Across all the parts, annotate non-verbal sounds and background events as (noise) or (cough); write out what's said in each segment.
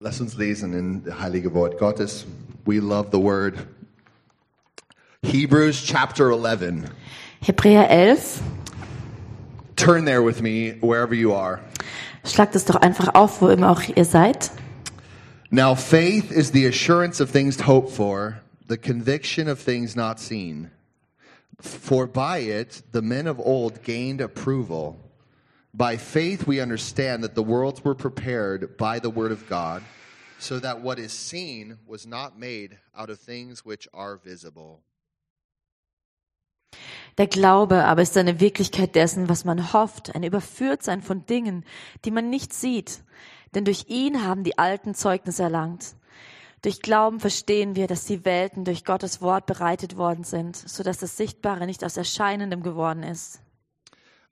Lass uns lesen in das heilige Wort Gottes. We love the word. Hebrews chapter 11. Hebräer 11, Turn there with me wherever you are. schlagt es doch einfach auf, wo immer auch ihr seid. Now faith is the assurance of things hoped for, the conviction of things not seen. For by it the men of old gained approval. By faith we understand that the worlds were prepared by the word of God, so that what is seen was not made out of things which are visible. Der Glaube aber ist eine Wirklichkeit dessen, was man hofft, ein Überführtsein von Dingen, die man nicht sieht. Denn durch ihn haben die Alten Zeugnis erlangt. Durch Glauben verstehen wir, dass die Welten durch Gottes Wort bereitet worden sind, so dass das Sichtbare nicht aus Erscheinendem geworden ist.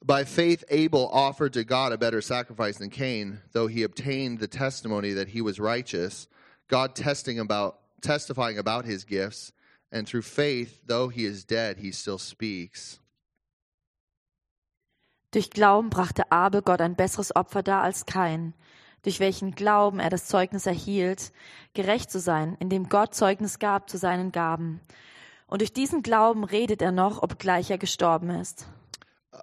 By faith, Abel offered to God a better sacrifice than Cain, though he obtained the testimony that he was righteous, God testing about, testifying about his gifts. And through faith, though he is dead, he still speaks. Durch Glauben brachte Abel Gott ein besseres Opfer dar als Kain, durch welchen Glauben er das Zeugnis erhielt, gerecht zu sein, indem Gott Zeugnis gab zu seinen Gaben. Und durch diesen Glauben redet er noch, obgleich er gestorben ist.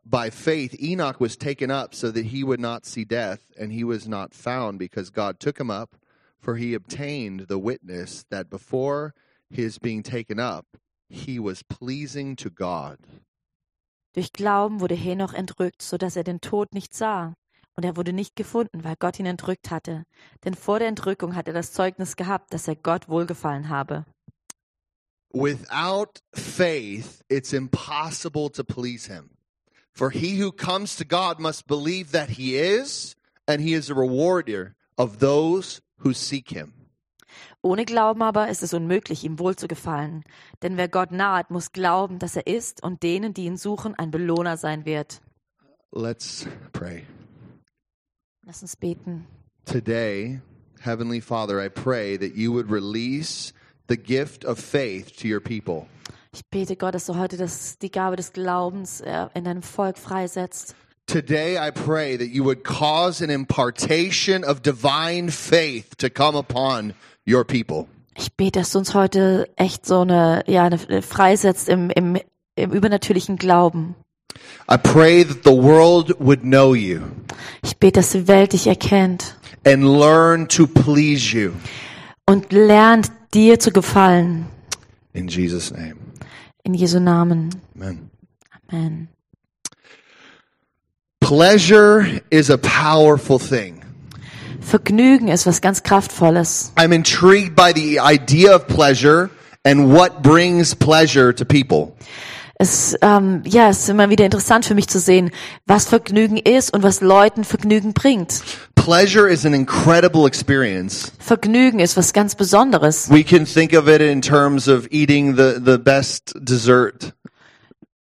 By faith, Enoch was taken up so that he would not see death, and he was not found because God took him up, for he obtained the witness that before his being taken up, he was pleasing to God. Durch Glauben wurde Henoch entrückt, so dass er den Tod nicht sah. Und er wurde nicht gefunden, weil Gott ihn entrückt hatte. Denn vor der Entrückung hat er das Zeugnis gehabt, dass er Gott wohlgefallen habe. Without faith, it's impossible to please him. For he who comes to God must believe that he is, and he is a rewarder of those who seek him. Ohne Glauben aber ist es unmöglich, ihm wohlzugefallen. Denn wer Gott naht, muss glauben, dass er ist und denen, die ihn suchen, ein Belohner sein wird. Let's pray. Lass uns beten. Today, Heavenly Father, I pray that you would release the gift of faith to your people. Ich bete Gott, dass du heute das, die Gabe des Glaubens äh, in deinem Volk freisetzt. Today, I pray that you would cause an impartation of divine faith to come upon your people. Ich bete, dass du uns heute echt so eine, ja, eine eine freisetzt im, im, im übernatürlichen Glauben. I pray that the world would know you. Ich bete, dass die Welt dich erkennt and learn to please you. und lernt, dir zu gefallen. In Jesus' name. In Jesu Namen. Amen. Amen. Pleasure is a powerful thing. Vergnügen ist was ganz Kraftvolles. I'm intrigued by the idea of pleasure and what brings pleasure to people. Es, ähm, ja, es ist immer wieder interessant für mich zu sehen, was Vergnügen ist und was Leuten Vergnügen bringt. Pleasure is an incredible experience. Vergnügen ist was ganz Besonderes. We can think of it in terms of eating the, the best dessert.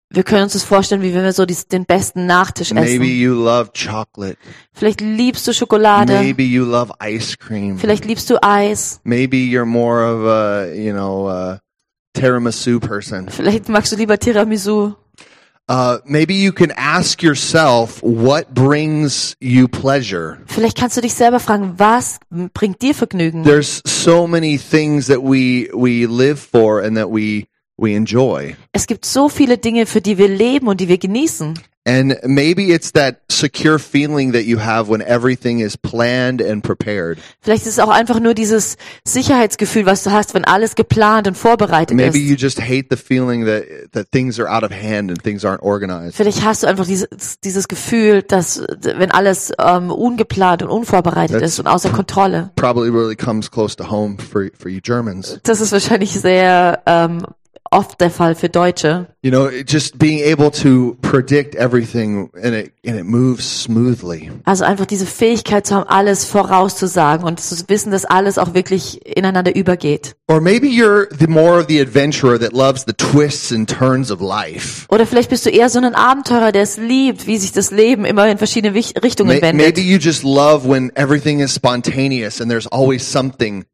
Wir können uns das vorstellen, wie wenn wir so dies, den besten Nachtisch Maybe essen. you love chocolate. Vielleicht liebst du Schokolade, Maybe you love ice cream. vielleicht liebst du Eis, Maybe you're more of a, you know, a tiramisu person. vielleicht magst du lieber Tiramisu. Uh, maybe you can ask yourself what brings you pleasure. Vielleicht kannst du dich selber fragen, was bringt dir Vergnügen? There's so many things that we we live for and that we we enjoy. Es gibt so viele Dinge, für die wir leben und die wir genießen. And maybe it's that secure feeling that you have when everything is planned and prepared. Vielleicht ist es auch einfach nur dieses Sicherheitsgefühl, was du hast, wenn alles geplant und vorbereitet Maybe ist. you just hate the feeling that that things are out of hand and things aren't organized. Vielleicht hast du einfach dieses, dieses Gefühl, dass äh, wenn alles ähm, ungeplant und unvorbereitet Das- ist und außer Kontrolle, Probably really comes close to home for for you Germans. das ist wahrscheinlich sehr ähm, oft der Fall für Deutsche. You know, it just being able to predict everything and it and it moves smoothly. Also einfach diese Fähigkeit zu haben, alles vorauszusagen und zu wissen, dass alles auch wirklich ineinander übergeht. Or maybe you're the more of the adventurer that loves the twists and turns of life. Oder vielleicht bist du eher so ein Abenteurer, der es liebt, wie sich das Leben immer in verschiedene Wich Richtungen May- wendet. Maybe you just love when everything is spontaneous and there's always something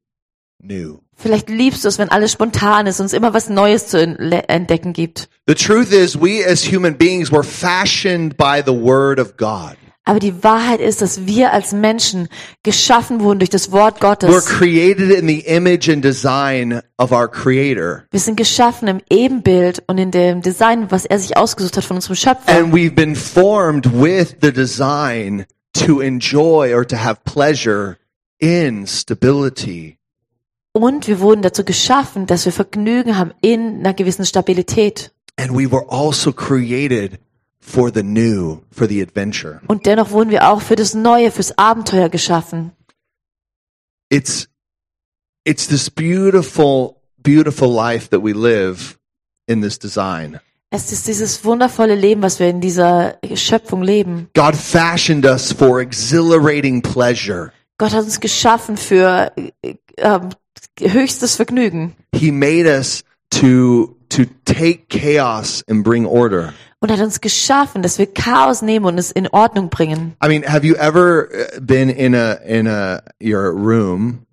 new. Vielleicht liebst du es, wenn alles spontan ist und es immer was Neues zu en- le- entdecken gibt. The truth is, we as human beings were fashioned by the Word of God. Aber die Wahrheit ist, dass wir als Menschen geschaffen wurden durch das Wort We're Gottes. created in the image and design of our Creator. Wir sind geschaffen im Ebenbild und in dem Design, was er sich ausgesucht hat von unserem Schöpfer. And we've been formed with the design to enjoy or to have pleasure in stability. Und wir wurden dazu geschaffen, dass wir Vergnügen haben in einer gewissen Stabilität. And we were also created for the new, for the adventure. Und dennoch wurden wir auch für das Neue, fürs Abenteuer geschaffen. It's, it's this beautiful, beautiful life that we live in this design. Es ist dieses wundervolle Leben, was wir in dieser Schöpfung leben. God fashioned us for exhilarating pleasure. Gott hat uns geschaffen für äh, ähm, höchstes Vergnügen He made us to to take chaos and bring order. und hat uns geschaffen, dass wir Chaos nehmen und es in Ordnung bringen. I mean, have you ever uh, been in a in a your room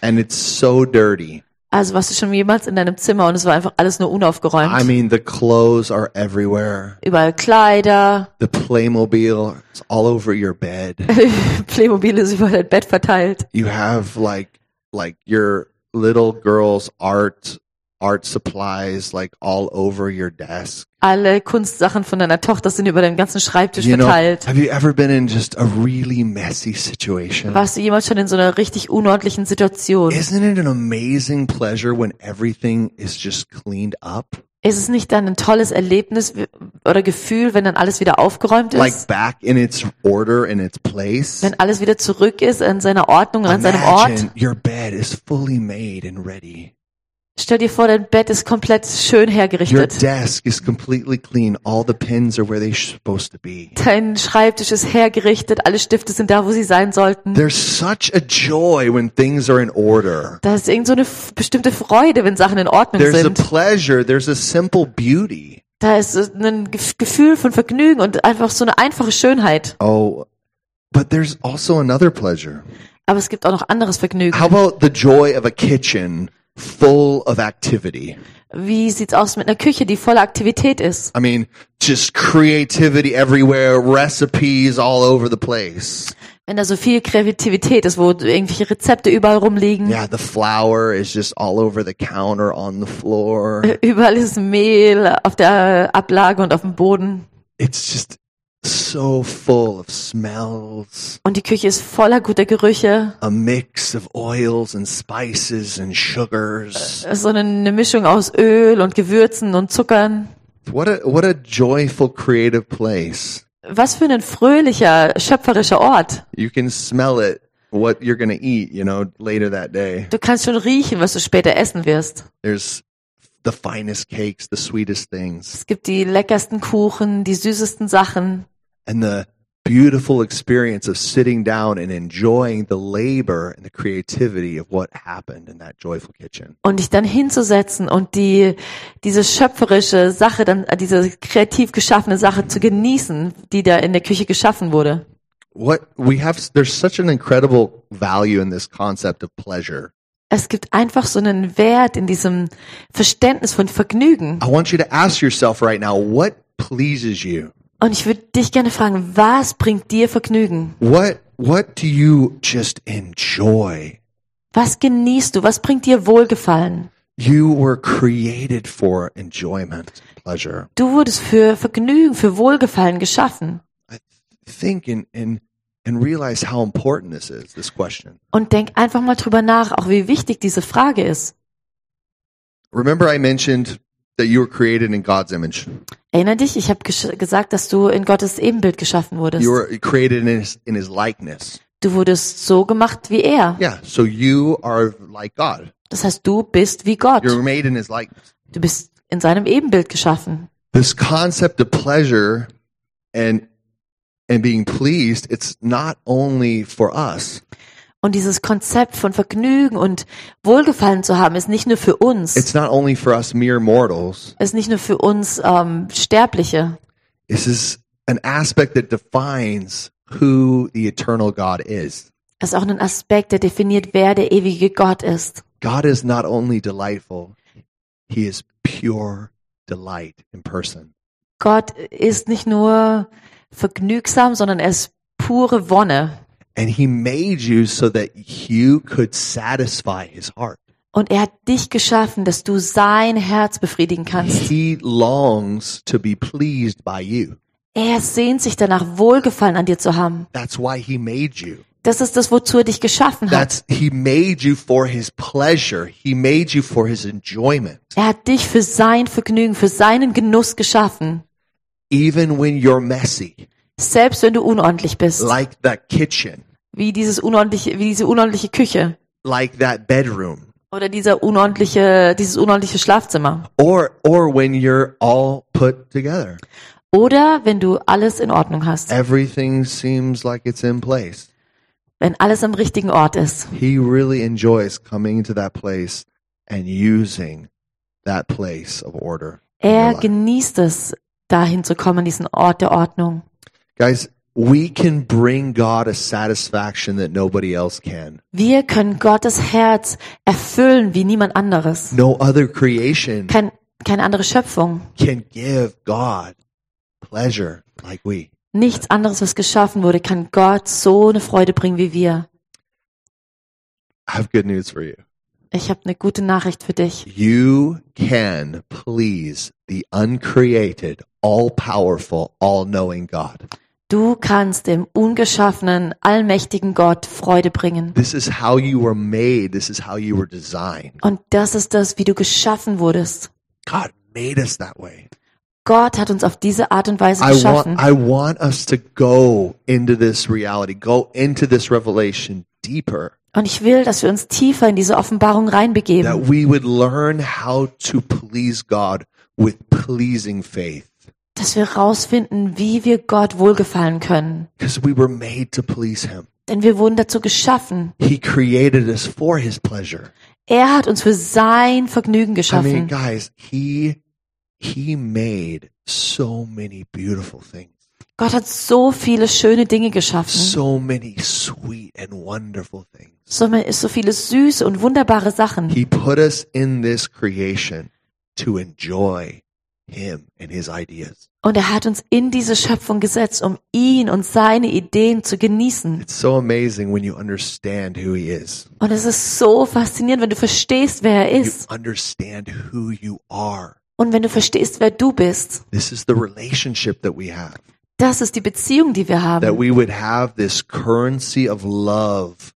and it's so dirty? Also warst du schon jemals in deinem Zimmer und es war einfach alles nur unaufgeräumt. I mean, the clothes are everywhere. Überall Kleider, (laughs) The Playmobil is all over your bed. Playmobil ist über dein Bett verteilt. You have like like your little girl's art art supplies like all over your desk. Alle Kunstsachen von deiner Tochter sind über deinem ganzen Schreibtisch You know, verteilt. have you ever been in just a really messy situation? Warst du jemals schon in so einer richtig unordentlichen Situation? Isn't it an amazing pleasure when everything is just cleaned up? Ist es nicht dann ein tolles Erlebnis w- oder Gefühl, wenn dann alles wieder aufgeräumt ist? Like back in its order in its place. wenn alles wieder zurück ist an seiner Ordnung und an seinem Ort? Imagine your bed is fully made and ready. Stell dir vor, dein Bett ist komplett schön Your hergerichtet. desk is completely clean. All the pins are where they're supposed to be. Dein Schreibtisch ist hergerichtet, alle Stifte sind da, wo sie sein sollten. There's such a joy when things are in order. Da ist irgend so eine f- bestimmte Freude, wenn Sachen in Ordnung There's a sind. pleasure. There's a simple beauty. Da ist so ein Gef- Gefühl von Vergnügen und einfach so eine einfache Schönheit. Oh, but there's also another pleasure. Aber es gibt auch noch anderes Vergnügen. How about the joy of a kitchen full of activity? Wie sieht's aus mit einer Küche, die voller Aktivität ist? I mean, just creativity everywhere, recipes all over the place. Wenn da so viel Kreativität ist, wo irgendwelche Rezepte überall rumliegen. Yeah, the flour is just all over the counter on the floor. Überall ist Mehl auf der Ablage und auf dem Boden. It's just so full of smells, Und die Küche ist voller guter Gerüche. a mix of oils and spices and sugars. So eine- eine Mischung aus Öl und Gewürzen und Zuckern. What a what a joyful creative place. Was für ein fröhlicher, schöpferischer Ort. You can smell it what you're going to eat, you know, later that day. Du kannst schon riechen, was du später essen wirst. There's the finest cakes, the sweetest things. Es gibt die leckersten Kuchen, die süßesten Sachen. and the beautiful experience of sitting down and enjoying the labor and the creativity of what happened in that joyful kitchen. Und dich dann hinzusetzen und die, diese schöpferische Sache, dann, äh, diese kreativ geschaffene Sache zu genießen, die da in der Küche geschaffen wurde. What we have, there's such an incredible value in this concept of pleasure. Es gibt einfach so einen Wert in diesem Verständnis von Vergnügen. I want you to ask yourself right now, what pleases you? Und ich würde dich gerne fragen, was bringt dir Vergnügen? What, what do you just enjoy? Was genießt du? Was bringt dir Wohlgefallen? You were created for enjoyment, pleasure. Du wurdest für Vergnügen, für Wohlgefallen geschaffen. I think and, and, and realize how important this is, this question. Und denk einfach mal drüber nach, auch wie wichtig diese Frage ist. Remember, I mentioned that you were created in God's image. Erinner dich, ich habe gesch- gesagt, dass du in Gottes Ebenbild geschaffen wurdest. You were created in His, in his likeness. Du wurdest so gemacht wie er. Yeah. So you are like God. Das heißt, du bist wie Gott. You're made in His likeness. Du bist in seinem Ebenbild geschaffen. This concept of pleasure and and being pleased, it's not only for us. Und dieses Konzept von Vergnügen und Wohlgefallen zu haben, ist nicht nur für uns, It's not only for us mere mortals. ist nicht nur für uns ähm, Sterbliche. This is an aspect that defines who the eternal God is. Das ist auch ein Aspekt, der definiert, wer der ewige Gott ist. God is not only delightful, He is pure delight in person. Gott ist nicht nur vergnügsam, sondern er ist pure Wonne. And he made you so that you could satisfy his heart. Und er hat dich geschaffen, dass du sein Herz befriedigen kannst. He longs to be pleased by you. Er sehnt sich danach, Wohlgefallen an dir zu haben. That's why he made you. Das ist das, wozu er dich geschaffen That's hat. he made you for his pleasure. He made you for his enjoyment. Er hat dich für sein Vergnügen, für seinen Genuss geschaffen. Even when you're messy, Selbst wenn du unordentlich bist. like that kitchen, Wie dieses unordentliche, wie diese unordentliche Küche. like that bedroom, Oder dieser unordentliche, dieses unordentliche Schlafzimmer. or or when you're all put together. Oder wenn du alles in Ordnung hast. Everything seems like it's in place. Wenn alles am richtigen Ort ist. He really enjoys coming to that place and using that place of order. in your Er life. genießt es, dahin zu kommen, diesen Ort der Ordnung. Guys, we can bring God a satisfaction that nobody else can. Wir können Gottes Herz erfüllen wie niemand anderes. No other creation Kein, keine andere Schöpfung. can give God pleasure like we. Nichts anderes, was geschaffen wurde, kann Gott so eine Freude bringen wie wir. I have good news for you. Ich habe eine gute Nachricht für dich. You can please the uncreated, all powerful, all knowing God. Du kannst dem ungeschaffenen, allmächtigen Gott Freude bringen. This is how you were made. This is how you were designed. Und das ist das, wie du geschaffen wurdest. God made us that way. Gott hat uns auf diese Art und Weise I want, geschaffen. I want us to go into this reality, go into this revelation deeper, Und ich will, dass wir uns tiefer in diese Offenbarung that reinbegeben, we would learn how to please God with pleasing faith. dass wir rausfinden, wie wir Gott wohlgefallen können. Because we were made to please Him. Denn wir wurden dazu geschaffen. He created us for His pleasure. Er hat uns für sein Vergnügen I mean, geschaffen. guys, He He made so many beautiful things, Gott hat so viele schöne Dinge geschaffen. so many sweet and wonderful things. So, so viele süße und wunderbare Sachen. He put us in this creation to enjoy Him and His ideas. Und er hat uns in diese Schöpfung gesetzt, um ihn und seine Ideen zu genießen. It's so amazing when you understand who He is. Und es ist so faszinierend, wenn du verstehst, wer er You ist. understand who you are. Und wenn du verstehst, wer du bist. This is the relationship that we have. Das ist die Beziehung, die wir That haben. we would have this currency of love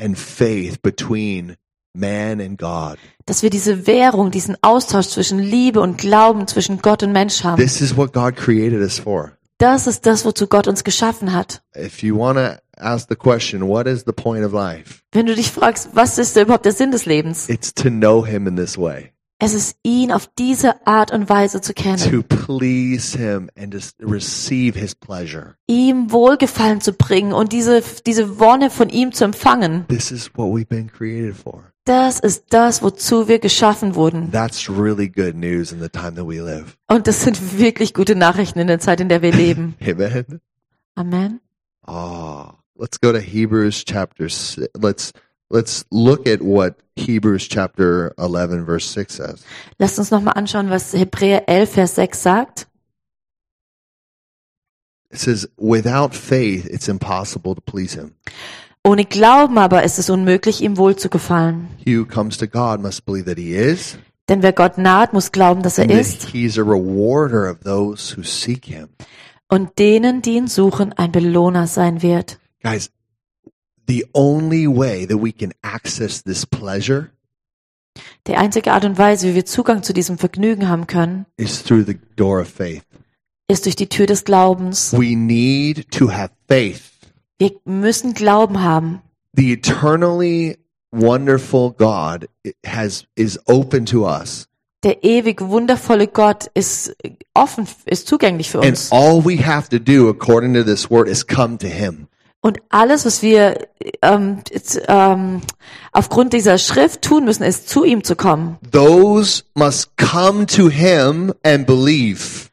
and faith between man and God. Dass wir diese Währung, diesen Austausch zwischen Liebe und Glauben, zwischen Gott und Mensch haben. This is what God created us for. Das ist das, wozu Gott uns geschaffen hat. If you want to ask the question, what is the point of life? Wenn du dich fragst, was ist denn überhaupt der Sinn des Lebens? It's to know Him in this way. Es ist ihn auf diese Art und Weise zu kennen. to please him and to s- receive his pleasure. Ihm Wohlgefallen zu bringen und diese, diese Wonne von ihm zu empfangen. This is what we've been created for. Das ist das, wozu wir geschaffen wurden. That's really good news in the time that we live. Und das sind wirklich gute Nachrichten in der Zeit, in der wir leben. (laughs) Amen. Amen. Ah, let's go to Hebrews chapter si Let's let's look at what Hebrews chapter 11 verse 6 says. Lasst uns nochmal anschauen, was Hebräer 11, Vers 6 sagt. It says without faith it's impossible to please him. Ohne Glauben aber ist es unmöglich, ihm wohl zu gefallen. He who comes to God must believe that he is Denn wer Gott naht, muss glauben, dass er and that ist he's a rewarder of those who seek him. und denen, die ihn suchen, ein Belohner sein wird. Guys, the only way that we can access this pleasure Die einzige Art und Weise, wie wir Zugang zu diesem Vergnügen haben können, is through the door of faith. ist durch die Tür des Glaubens. We need to have faith. Wir müssen Glauben haben. The eternally wonderful God has is open to us. Der ewig wundervolle Gott ist offen, ist zugänglich für And uns. all we have to do according to this word is come to him. Und alles, was wir ähm, jetzt, ähm, aufgrund dieser Schrift tun müssen, ist zu ihm zu kommen. Those must come to him and believe.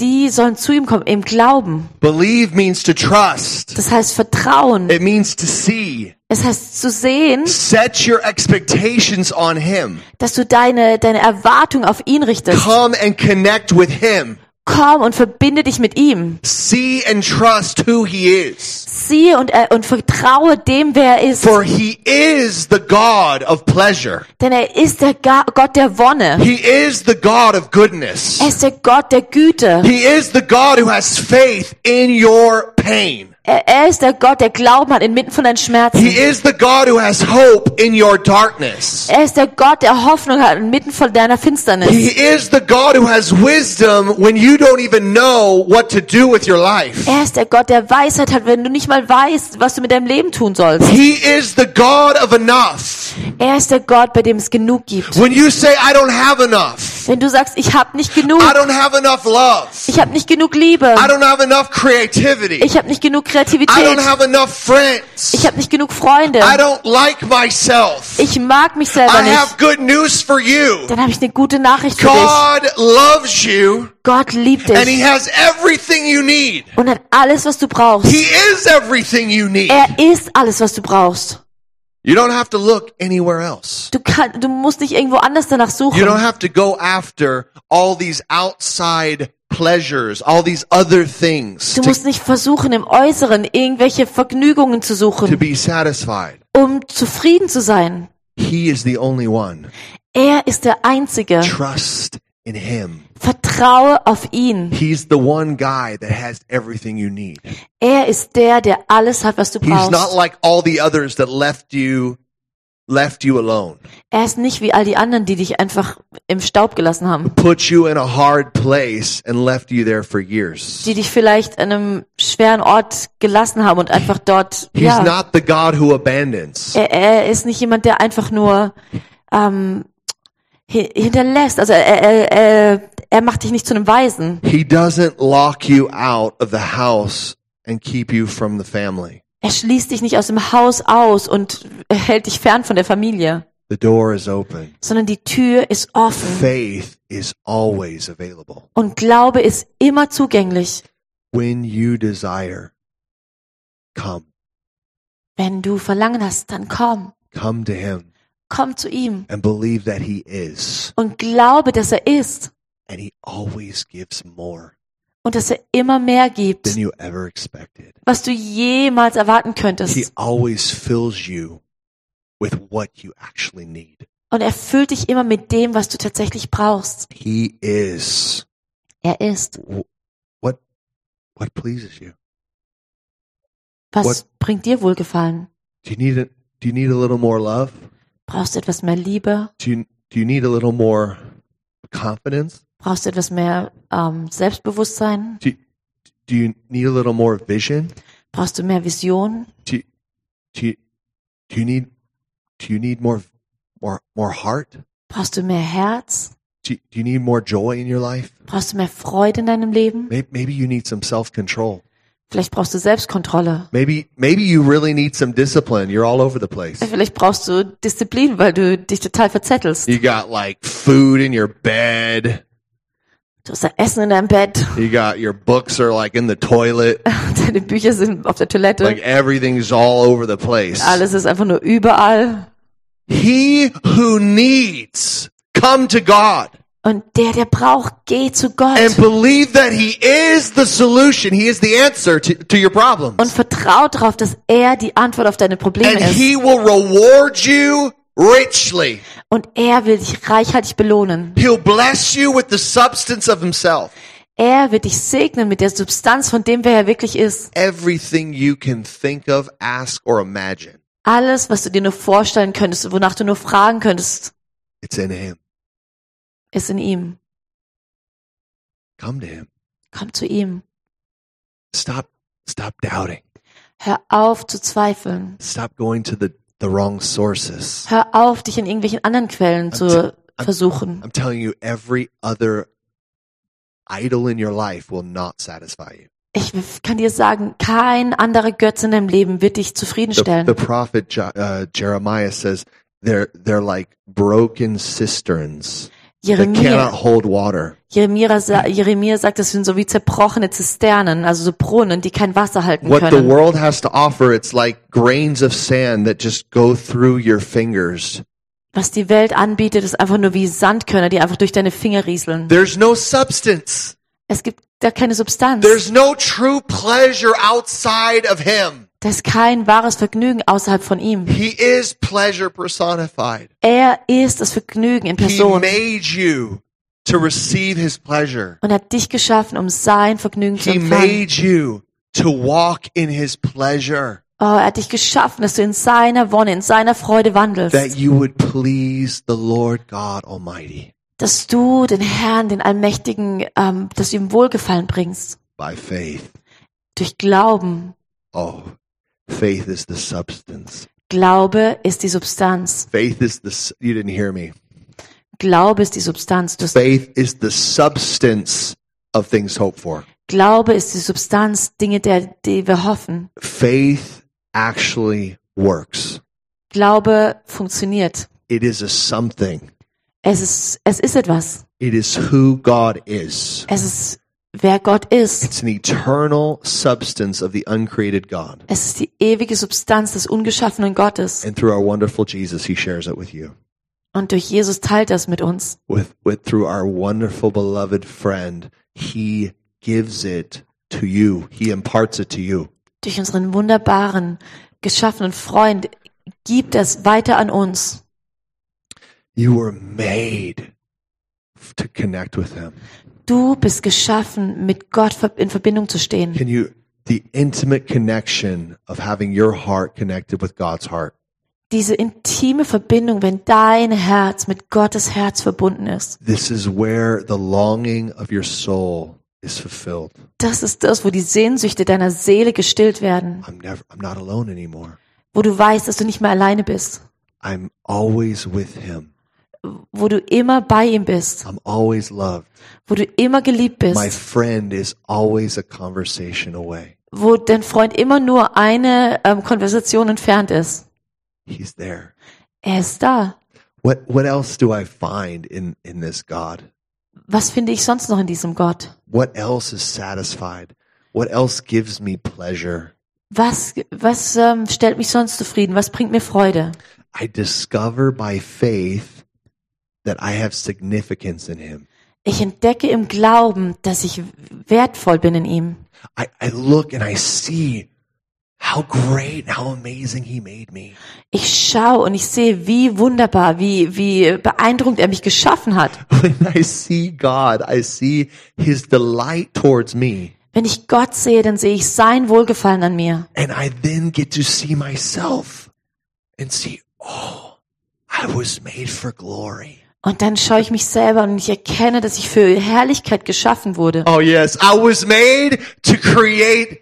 Die sollen zu ihm kommen, im Glauben. Believe means to trust. Das heißt Vertrauen. It means to see. Es heißt zu sehen, Set your expectations on him. dass du deine, deine Erwartung auf ihn richtest. Come and connect with him. Komm und verbinde dich mit ihm. See and trust who he is. Siehe und, er, und vertraue dem, wer er ist. For he is the God of pleasure. Denn er ist der Ga Gott der Wonne. He is the God of goodness. Er ist der Gott der Güte. He is the God who has faith in your pain. Er, er ist der Gott, der Glauben hat inmitten von deinen Schmerzen. He is the God who has hope in your darkness. Er ist der Gott, der Hoffnung hat inmitten von deiner Finsternis. He is the God who has wisdom when you don't even know what to do with your life. Er ist der Gott, der Weisheit hat, wenn du nicht mal weißt, was du mit deinem Leben tun sollst. He is the God of enough. Er ist der Gott, bei dem es genug gibt. When you say, I don't have enough, Wenn du sagst, ich habe nicht genug, I don't have enough love, ich habe nicht genug Liebe, I don't have enough creativity, Um, ich habe nicht genug I don't Kreativität, have enough friends, ich habe nicht genug Freunde, I don't like myself, ich mag mich selber I nicht, have good news for you. dann habe ich eine gute Nachricht für dich. God loves you Gott liebt and He dich has everything you need. und hat alles, was du He brauchst. is everything you need. Er ist alles, was du brauchst. You don't have to look anywhere else. Du, kann, du musst nicht irgendwo anders danach You don't suchen. have to go after all these outside pleasures, all these other things Du to, musst nicht versuchen, im Äußeren irgendwelche Vergnügungen zu to suchen, be satisfied. um zufrieden zu sein. He is the only one. Er ist der Einzige. Trust in Him. Vertraue auf ihn. He's the one guy that has everything you need. Er ist der, der alles hat, was du He's not brauchst. like all the others that left you, left you alone, Er ist nicht wie all die anderen, die dich einfach im Staub gelassen haben, put you in a hard place and left you there for years. die dich vielleicht an einem schweren Ort gelassen haben und einfach dort. He's Ja, not the God who abandons. er, er ist nicht jemand, der einfach nur ähm, hi- hinterlässt. Also er, er, er, er macht dich nicht zu einem Weisen. He doesn't lock you out of the house and keep you from the family. Er schließt dich nicht aus dem Haus aus und hält dich fern von der Familie, The door is open. sondern die Tür ist offen Faith is always available. und Glaube ist immer zugänglich. When you desire, come. Wenn du Verlangen hast, dann komm. Come to Him Komm zu ihm and believe that He is. und glaube, dass er ist And He always gives more und dass er immer mehr gibt, than you ever expected. was du jemals erwarten He könntest. always fills you with what you actually need. Und er füllt dich immer mit dem, was du tatsächlich brauchst. He is Er ist. w- what, what pleases you. Was What- bringt dir Wohlgefallen? Do you need a Do you need a little more love? Brauchst du etwas mehr Liebe? Do you Do you need a little more confidence? Brauchst du etwas mehr ähm, Selbstbewusstsein? Do Do you need a little more vision? Brauchst du mehr Vision? Do Do you, Do you need Do you need more more more heart? Brauchst du mehr Herz? Do you, Do you need more joy in your life? Brauchst du mehr Freude in deinem Leben? Maybe, maybe you need some self control. Vielleicht brauchst du Selbstkontrolle. Maybe Maybe you really need some discipline. You're all over the place. Vielleicht brauchst du Disziplin, weil du dich total verzettelst. You got like food in your bed. Du hast da Essen in deinem Bett. You got your books are like in the toilet. Deine Bücher sind auf der Toilette. Like everything's all over the place. Alles ist einfach nur überall. He who needs, come to God Und der, der braucht, geh zu Gott. and believe that He is the solution. He is the answer to, to your und problems. vertrau darauf, dass er die Antwort auf deine Probleme And ist. He will reward you richly. Und er will dich reichhaltig belohnen. He'll bless you with the substance of Himself. Er wird dich segnen mit der Substanz von dem, wer er wirklich ist. Everything you can think of, ask, or imagine, Alles, was du dir nur vorstellen könntest, wonach du nur fragen könntest, it's in Him. ist in ihm. Come to Him. Komm zu ihm. Stop, stop doubting. Hör auf zu zweifeln. Stop going to the, the wrong sources. Hör auf, dich in irgendwelchen anderen Quellen zu versuchen. I'm telling you, every other idol in your life will not satisfy you. Ich kann dir sagen, kein anderer Götze in deinem Leben wird dich The, the zufriedenstellen. prophet Jo- uh, Jeremiah says they're they're like broken cisterns that cannot Jeremia, hold water. Jeremia, sa- Jeremia sagt, das sind so wie zerbrochene Zisternen, also so Brunnen, die kein Wasser halten What the können. world has to offer, it's like grains of sand that just go through your fingers. Was die Welt anbietet, ist einfach nur wie Sandkörner, die einfach durch deine Finger rieseln. There's no substance. Es gibt da keine Substanz. There's no true pleasure outside of him. Da ist kein wahres Vergnügen außerhalb von ihm. He is pleasure personified. Er ist das Vergnügen in He Person made you to receive his pleasure. und hat dich geschaffen, um sein Vergnügen zu He empfangen. made you to walk in his pleasure Oh, er hat dich geschaffen, dass du in seiner Wonne, in seiner Freude that wandelst, you would please the Lord God Almighty dass du den Herrn, den Allmächtigen, ähm, dass du ihm Wohlgefallen bringst. by faith. Durch Glauben. Oh, faith is the substance. Glaube ist die Substanz. Faith is the, s- you didn't hear me. Glaube ist die Substanz. Du hast, Faith is the substance of things hoped for. Glaube ist die Substanz, Dinge, der, die wir hoffen. Faith actually works. Glaube funktioniert. It is a something. Es ist, es ist etwas. It is who God is. Es ist, wer Gott ist. It's an eternal substance of the uncreated God. Es ist die ewige Substanz des ungeschaffenen Gottes. And through our wonderful Jesus, he shares it with you. Und durch Jesus teilt das mit uns. With, with through our wonderful beloved friend, he gives it to you. He imparts it to you. Durch unseren wunderbaren, geschaffenen Freund gibt es weiter an uns. You were made f- to connect with him. Du bist geschaffen, mit Gott ver- in Verbindung zu stehen. Can you the intimate connection of having your heart connected with God's heart? Diese intime Verbindung, wenn dein Herz mit Gottes Herz verbunden ist. This is where the longing of your soul is fulfilled. Das ist das, wo die Sehnsüchte deiner Seele gestillt werden. I'm never I'm not alone anymore. Wo du weißt, dass du nicht mehr alleine bist. I'm always with him. Wo du immer bei ihm bist. I'm always loved. Wo du immer geliebt My bist. friend is always a conversation away. wo dein Freund immer nur eine ähm, Konversation entfernt ist. He's there. Er ist da. What what else do I find in in this God? Was finde ich sonst noch in diesem Gott? What else is satisfied? What else gives me pleasure? Was, was ähm, stellt mich sonst zufrieden? Was bringt mir Freude? I discover by faith that I have significance in him. Ich entdecke im Glauben, dass ich wertvoll bin in ihm. I, I look and I see how great, how amazing he made me. Ich schaue und ich sehe, wie wunderbar, wie, wie beeindruckend er mich geschaffen hat. (laughs) When I see God, I see his delight towards me. Wenn ich Gott sehe, dann sehe ich sein Wohlgefallen an mir. And I then get to see myself and see, oh, I was made for glory. Und dann schaue ich mich selber und ich erkenne, dass ich für Herrlichkeit geschaffen wurde. Oh, yes. I was made to create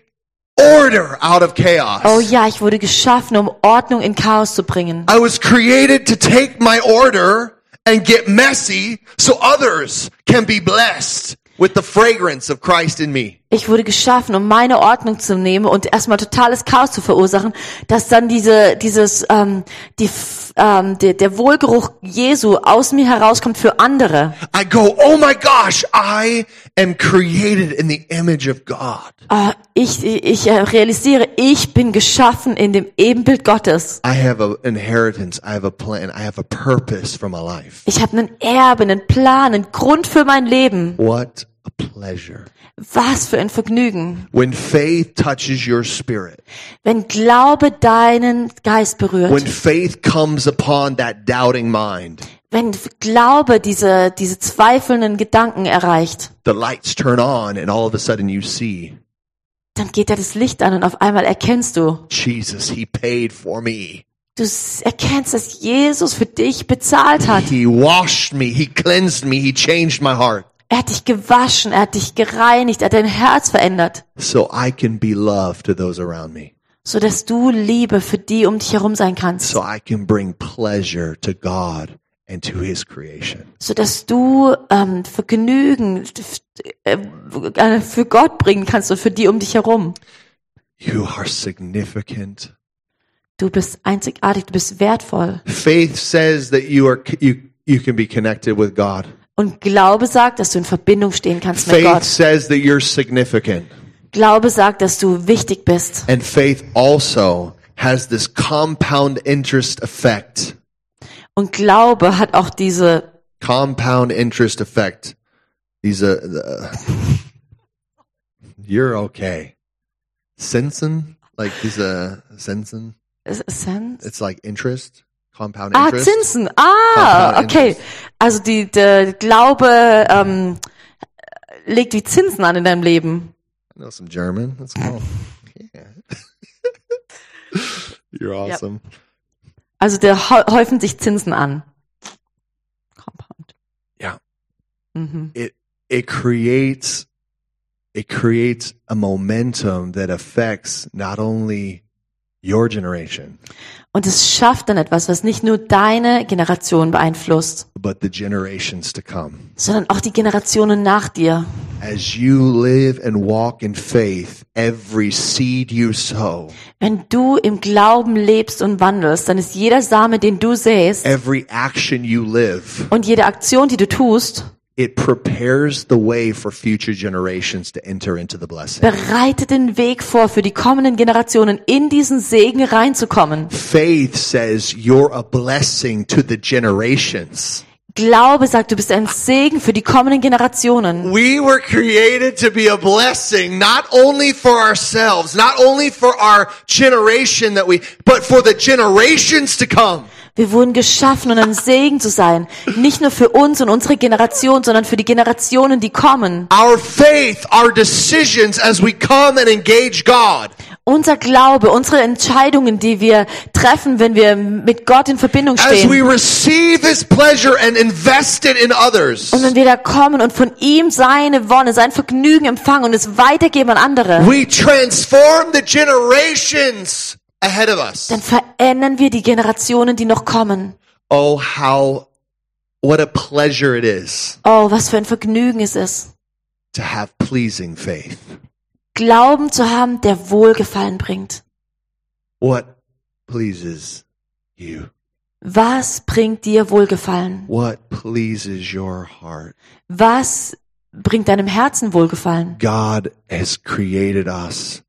order out of chaos. Oh ja, ich wurde geschaffen, um Ordnung in Chaos zu bringen. I was created to take my order and get messy so others can be blessed with the fragrance of Christ in me. Ich wurde geschaffen, um meine Ordnung zu nehmen und erstmal totales Chaos zu verursachen, dass dann diese, dieses, ähm, die, F- ähm, der, der Wohlgeruch Jesu aus mir herauskommt für andere. I go, oh my gosh, I am created in the image of God. Ah, ich, ich äh, realisiere, ich bin geschaffen in dem Ebenbild Gottes. I have an inheritance. I have a plan. I have a purpose for my life. Ich habe einen Erbe, einen Plan, einen Grund für mein Leben. What a pleasure. Was für ein Vergnügen, When faith touches your spirit, wenn Glaube deinen Geist when berührt, faith comes upon that doubting mind, wenn Glaube diese, diese zweifelnden Gedanken erreicht. the lights turn on and all of a sudden you see dann geht ja das Licht an und auf einmal erkennst du. Jesus, he paid for me. Du s- erkennst, dass Jesus für dich bezahlt hat. He washed me. He cleansed me. He changed my heart Er hat dich gewaschen, er hat dich gereinigt, er hat dein Herz verändert, so I can be love to those around me. so dass du Liebe für die um dich herum sein kannst, So I can bring pleasure to God and to his creation. so dass du ähm, Vergnügen f- äh, äh, für Gott bringen kannst und für die um dich herum. You are significant. Du bist einzigartig, du bist wertvoll. Faith says that you are you you can be connected with God. Und Glaube sagt, dass du in Verbindung stehen kannst mit Faith Gott. says that you're significant. Glaube sagt, dass du wichtig bist. And faith also has this compound interest effect. Und Glaube hat auch diese Compound interest effect. These are the (laughs) you're okay. Sensen, like these uh sensen, S- Sense? it's like interest, compound Ah, interest. Zinsen. Compound Ah, okay. interest. Also die, der Glaube ähm, legt wie Zinsen an in deinem Leben. I know some German. That's cool. Yeah. (laughs) you're awesome. Also der hau- häufen sich Zinsen an. Compound. Ja. Mhm. It creates it creates a momentum that affects not only your generation, Und es schafft dann etwas, was nicht nur deine Generation beeinflusst, but the generations to come. sondern auch die Generationen nach dir. As you live and walk in faith, every seed you sow, Wenn du im Glauben lebst und wandelst, dann ist jeder Same, den du säst every action you live, und jede Aktion, die du tust, it prepares the way for future generations to enter into the blessing. bereitet den Weg vor, für die kommenden Generationen in diesen Segen reinzukommen. Faith says you're a blessing to the generations. Glaube sagt, du bist ein Segen für die kommenden Generationen. We were created to be a blessing, not only for ourselves, not only for our generation that we, but for the generations to come. Wir wurden geschaffen, um ein Segen zu sein. Nicht nur für uns und unsere Generation, sondern für die Generationen, die kommen. Our faith, our decisions as we come and engage God Unser Glaube, unsere Entscheidungen, die wir treffen, wenn wir mit Gott in Verbindung as we stehen. receive His pleasure and invest it in others. Und wenn wir da kommen und von ihm seine Wonne, sein Vergnügen empfangen und es weitergeben an andere, We transform the generations ahead of us. dann verändern wir die Generationen, die noch kommen. Oh, how, what a pleasure it is Oh, was für ein Vergnügen es ist, to have pleasing faith. Glauben zu haben, der Wohlgefallen bringt. What pleases you? Was bringt dir Wohlgefallen? What pleases your heart? Was bringt deinem Herzen Wohlgefallen? God has created us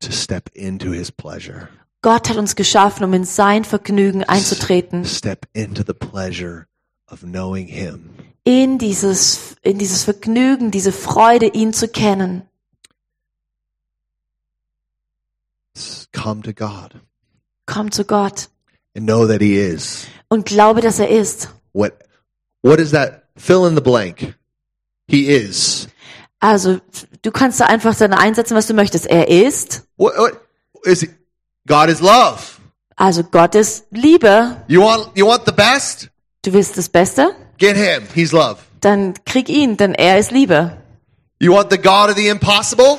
to step into his pleasure, Gott hat uns geschaffen, um in sein Vergnügen einzutreten, step into the pleasure of knowing him. in dieses, in dieses Vergnügen, diese Freude, ihn zu kennen. S- Come to God Komm zu Gott and know that he is. und glaube, dass er ist. What, what is that? Fill in the blank. He is. Also, du kannst da einfach dann einsetzen, was du möchtest. Er ist, What, what is he? God is love. also Gott ist Liebe. You want, you want the best? Du willst das Beste? Get him. He's love. Dann krieg ihn, denn er ist Liebe. You want the God of the impossible?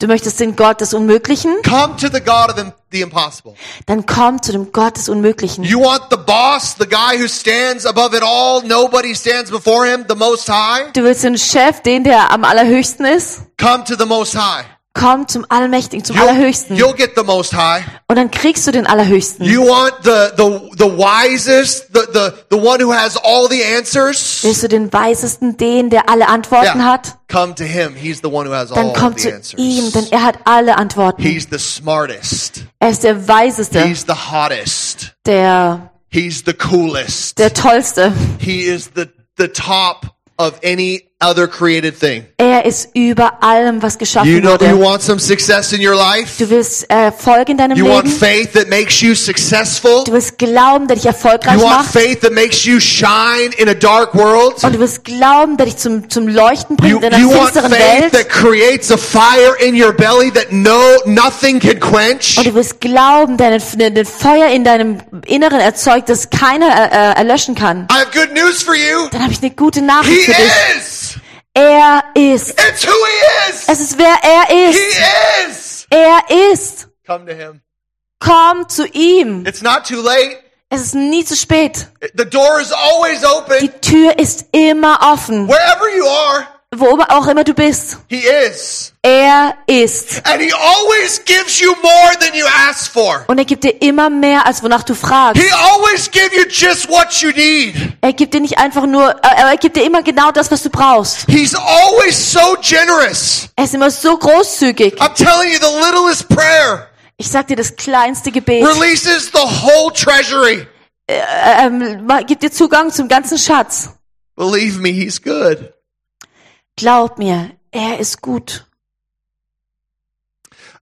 Du möchtest den Gott des Unmöglichen? Come to the God of im- the impossible. Dann komm zu dem Gott des Unmöglichen. You want the boss, the guy who stands above it all, nobody stands before him, the most high? Du willst den Chef, den der am allerhöchsten ist? Come to the most high. Komm zum Allmächtigen, zum You'll, Allerhöchsten. you'll get the most high. Und dann kriegst du den Allerhöchsten. You want the, the, the wisest, the, the, the one who has all the answers? Willst du den Weisesten, den, der alle Antworten hat? Come to him. He's the one who has Dann all komm of zu the answers. ihm, denn er hat alle Antworten. He's the smartest. Er ist der Weiseste, He's the hottest. der, He's the coolest. der Tollste. He is the, the top of any other created thing. Er ist über allem, was You geschaffen know, you wurde. want some success in your life? Du willst Erfolg in deinem You want Leben. faith that makes you successful? Du willst Glauben, der dich erfolgreich You want macht. faith that makes you shine in a dark world? Und du wirst glauben, der dich zum, zum Leuchten You, bringt in you einer want finsteren faith that Welt. creates a fire in your belly that no nothing can quench? Und du wirst glauben, der ein- der ein Feuer in deinem Inneren erzeugt, das keiner äh, äh, erlöschen kann. I have good news for you. Dann habe ich eine gute He Nachricht für dich. is. Er ist. It's who he is. Es ist wer er He ist. is. Er ist. Come to him. Komm zu ihm. It's not too late. Es ist nie zu spät. The door is always Die open. Tür ist immer offen, Wherever you are, wo auch immer du bist. he is. Er ist. And he always gives you more than you ask for. Und er gibt dir immer mehr, als wonach du fragst. He always gives you just what you need. Er gibt dir nicht einfach nur, äh, er gibt dir immer genau das, was du brauchst. He's always so generous. Er ist immer so großzügig. I'm telling you, the littlest prayer Ich sag dir, das kleinste Gebet releases the whole treasury. ähm, ma- gibt dir Zugang zum ganzen Schatz. Believe me, he's good. Glaub mir, er ist gut.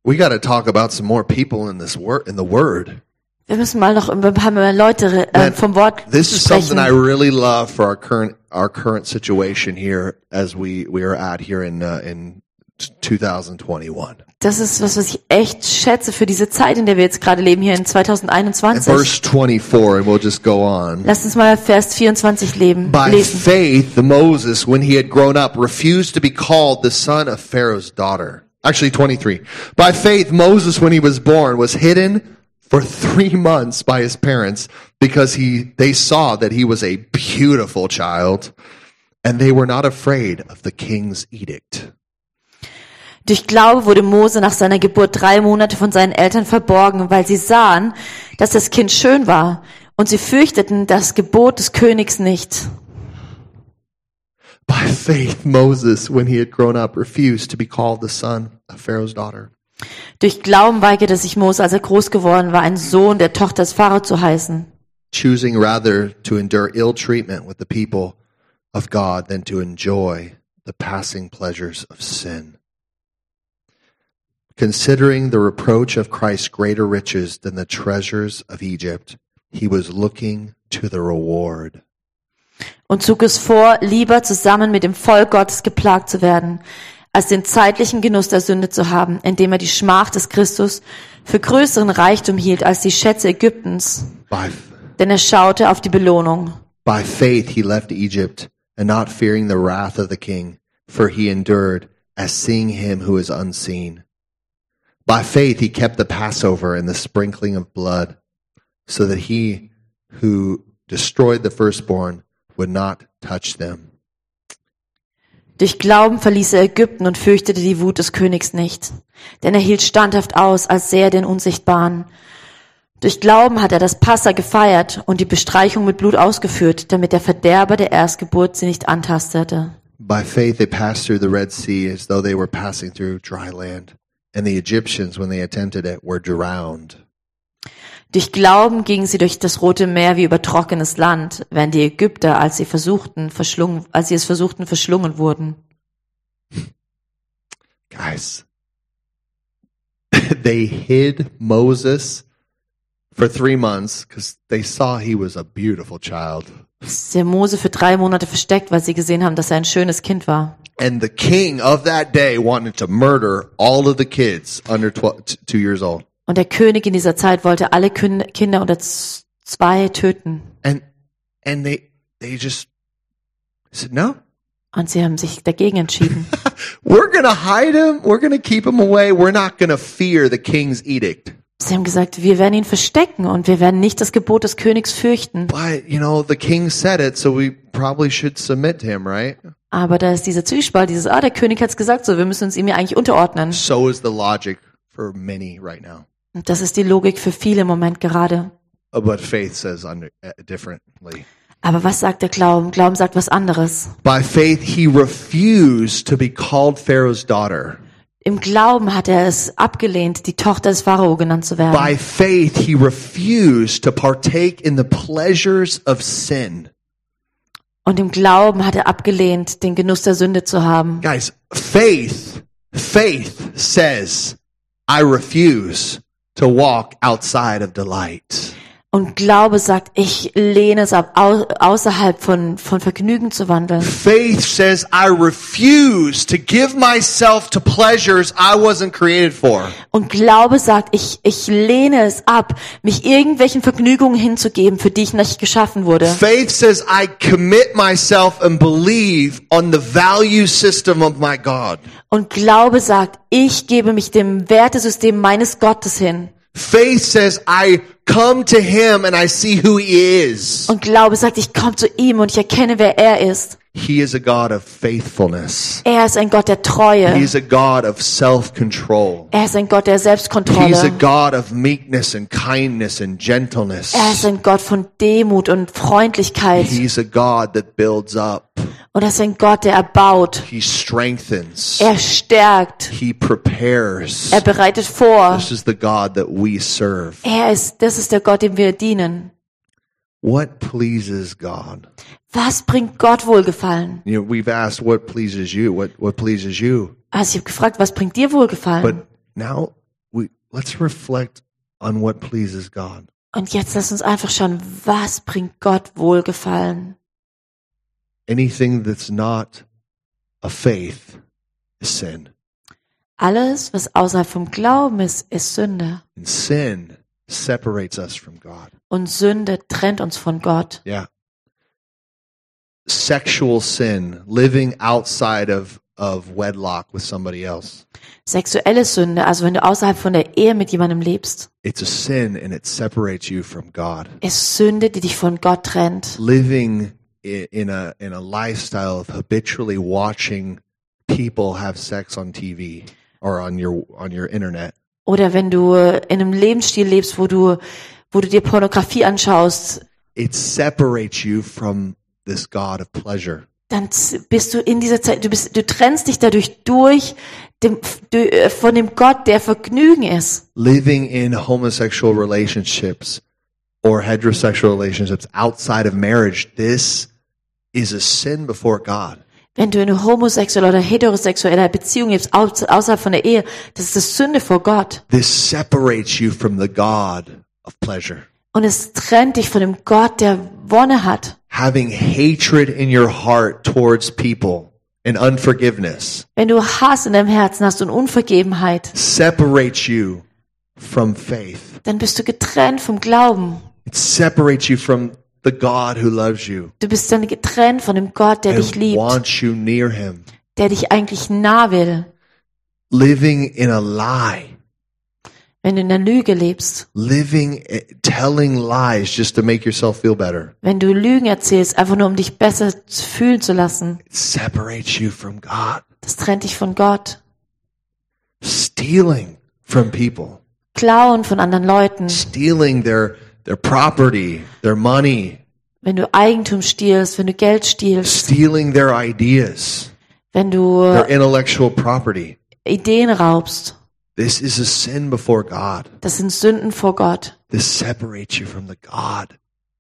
We got to talk about some more people in this word in the word. Wir müssen mal noch über ein paar mehr Leute äh, Man, vom Wort This is something I sprechen. really love for our current our current situation here as we we are at here in uh, in t- 2021. Das ist was, was ich echt schätze für diese Zeit, in der wir jetzt gerade leben, hier in And 2021. verse 24 and we'll just go on. Lasst uns mal Vers 24 leben, By lesen. faith, the Moses, when he had grown up, refused to be called the son of Pharaoh's daughter. Actually, 23. By faith, Moses, when he was born, was hidden for three months by his parents because he, they saw that he was a beautiful child and they were not afraid of the king's edict. Durch Glaube wurde Mose nach seiner Geburt drei Monate von seinen Eltern verborgen, weil sie sahen, dass das Kind schön war und sie fürchteten das Gebot des Königs nicht. By faith, Moses, when he had grown up, refused to be called the son of Pharaoh's daughter. Durch Glauben weigerte sich Mose, als er groß geworden war, ein Sohn der Tochter des Pharao zu heißen. choosing rather to endure ill treatment with the people of God than to enjoy the passing pleasures of sin. Considering the reproach of Christ greater riches than the treasures of Egypt, he was looking to the reward. und zog es vor, lieber zusammen mit dem Volk Gottes geplagt zu werden, als den zeitlichen Genuss der Sünde zu haben, indem er die Schmach des Christus für größeren Reichtum hielt als die Schätze Ägyptens, By, denn er schaute auf die Belohnung. by faith, he left Egypt, and not fearing the wrath of the king, for he endured as seeing him who is unseen. By faith, he kept the Passover and the sprinkling of blood, so that he who destroyed the firstborn would not touch them. Durch Glauben verließ er Ägypten und fürchtete die Wut des Königs nicht, denn er hielt standhaft aus, als sähe er den Unsichtbaren. Durch Glauben hat er das Passa gefeiert und die Bestreichung mit Blut ausgeführt, damit der Verderber der Erstgeburt sie nicht antastete. By faith, they passed through the Red Sea as though they were passing through dry land, and the Egyptians, when they attempted it, were drowned. Durch Glauben gingen sie durch das Rote Meer wie über trockenes Land, während die Ägypter, als sie versuchten, verschlungen, als sie es versuchten, verschlungen wurden. Guys, (laughs) they hid Moses for three months because they saw he was a beautiful child. Der Mose für drei Monate versteckt, weil sie gesehen haben, dass er ein schönes Kind war. And the king of that day wanted to murder all of the kids under tw- t- two years old. Und der König in dieser Zeit wollte alle Kün Kinder unter z- zwei töten. And and they they just said, No, Und sie haben sich dagegen entschieden. we're gonna hide him, we're gonna keep him away, we're not gonna fear the king's edict. sie haben gesagt, wir werden ihn verstecken und wir werden nicht das Gebot des Königs fürchten. But you know, the king said it, so we probably should submit to him, right? Aber da ist dieser Zwiespalt, dieses, ah, der König hat's gesagt, so, wir müssen uns ihm ja eigentlich unterordnen. So is the logic for many right now. Und das ist die Logik für viele im Moment gerade. Uh, but faith says under, uh, differently. Aber was sagt der Glauben? Glauben sagt was anderes. By faith, he refused to be called Pharaoh's daughter. Im Glauben hat er es abgelehnt, die Tochter des Pharao genannt zu werden. By faith, he refused to partake in the pleasures of sin. Und im Glauben hat er abgelehnt, den Genuss der Sünde zu haben. Guys, faith, faith says, I refuse to walk outside of delight. Und Glaube sagt, ich lehne es ab, au- außerhalb von, von Vergnügen zu wandeln. Faith says, I refuse to give myself to pleasures I wasn't created for. Und Glaube sagt, ich, ich lehne es ab, mich irgendwelchen Vergnügungen hinzugeben, für die ich nicht geschaffen wurde. Faith says, I commit myself and believe on the value system of my God. Und Glaube sagt, ich gebe mich dem Wertesystem meines Gottes hin. Faith says, I come to Him and I see who He is. Und Glaube sagt, ich komme zu ihm und ich erkenne, wer er ist. He is a God of faithfulness. Er ist ein Gott der Treue. He is a God of self control. Er ist ein Gott der He is a Selbstkontrolle. God of meekness and kindness and gentleness. Er ist ein Gott von Demut und Freundlichkeit. He's a God that builds up. Und er ist ein Gott, der erbaut. He strengthens. Er stärkt. He prepares. Er bereitet vor. This is the God that we serve. Er ist, das ist der Gott, dem wir dienen. What pleases God? Was bringt Gott Wohlgefallen? You know, we've asked what pleases you, what what pleases you, Also ich habe gefragt, was bringt dir Wohlgefallen? but now Let's reflect on what pleases God. Und jetzt lass uns einfach schauen, was bringt Gott Wohlgefallen? Anything that's not a faith is sin. Alles, was außerhalb vom Glauben ist, ist Sünde. And sin separates us from God. Und Sünde trennt uns von Gott. Yeah. Sexual sin, living outside of, of wedlock with somebody else. Sexuelle Sünde, also wenn du außerhalb von der Ehe mit jemandem lebst, It's a sin and it separates you from God. ist Sünde, die dich von Gott trennt. Living i- in a in a lifestyle of habitually watching people have sex on TV or on your on your internet. Oder wenn du äh, in einem Lebensstil lebst, wo du, wo du dir Pornografie anschaust, It separates you from this God of pleasure. dann z- bist du in dieser Zeit, du bist, du trennst dich dadurch durch dem, dü- äh, von dem Gott, der Vergnügen ist. living in homosexual relationships or heterosexual relationships outside of marriage, this is a sin before God. Wenn du in eine homosexuelle oder heterosexuelle Beziehung lebst, aus- außerhalb von der Ehe, das ist das Sünde vor Gott. This separates you from the God of pleasure. Und es trennt dich von dem Gott, der Wonne hat. Having hatred in your heart towards people and unforgiveness Wenn du Hass in deinem Herzen hast und Unvergebenheit, separates you from faith. dann bist du getrennt vom Glauben. It separates you from the God who loves you Du bist dann getrennt von dem Gott, der dich and liebt, wants you near him. der dich eigentlich nah will. Living in a lie. Wenn du in der Lüge lebst, living eh, telling lies just to make yourself feel better wenn du Lügen erzählst, einfach nur um dich besser zu- fühlen zu lassen, it separates you from god das trennt dich von Gott. stealing from people Klauen von anderen Leuten, stealing their their property their money wenn du Eigentum stiehlst, wenn du Geld stiehlst, stealing their ideas wenn du their intellectual property Ideen raubst. this is a sin before god Das sind Sünden vor Gott. this separates you from the god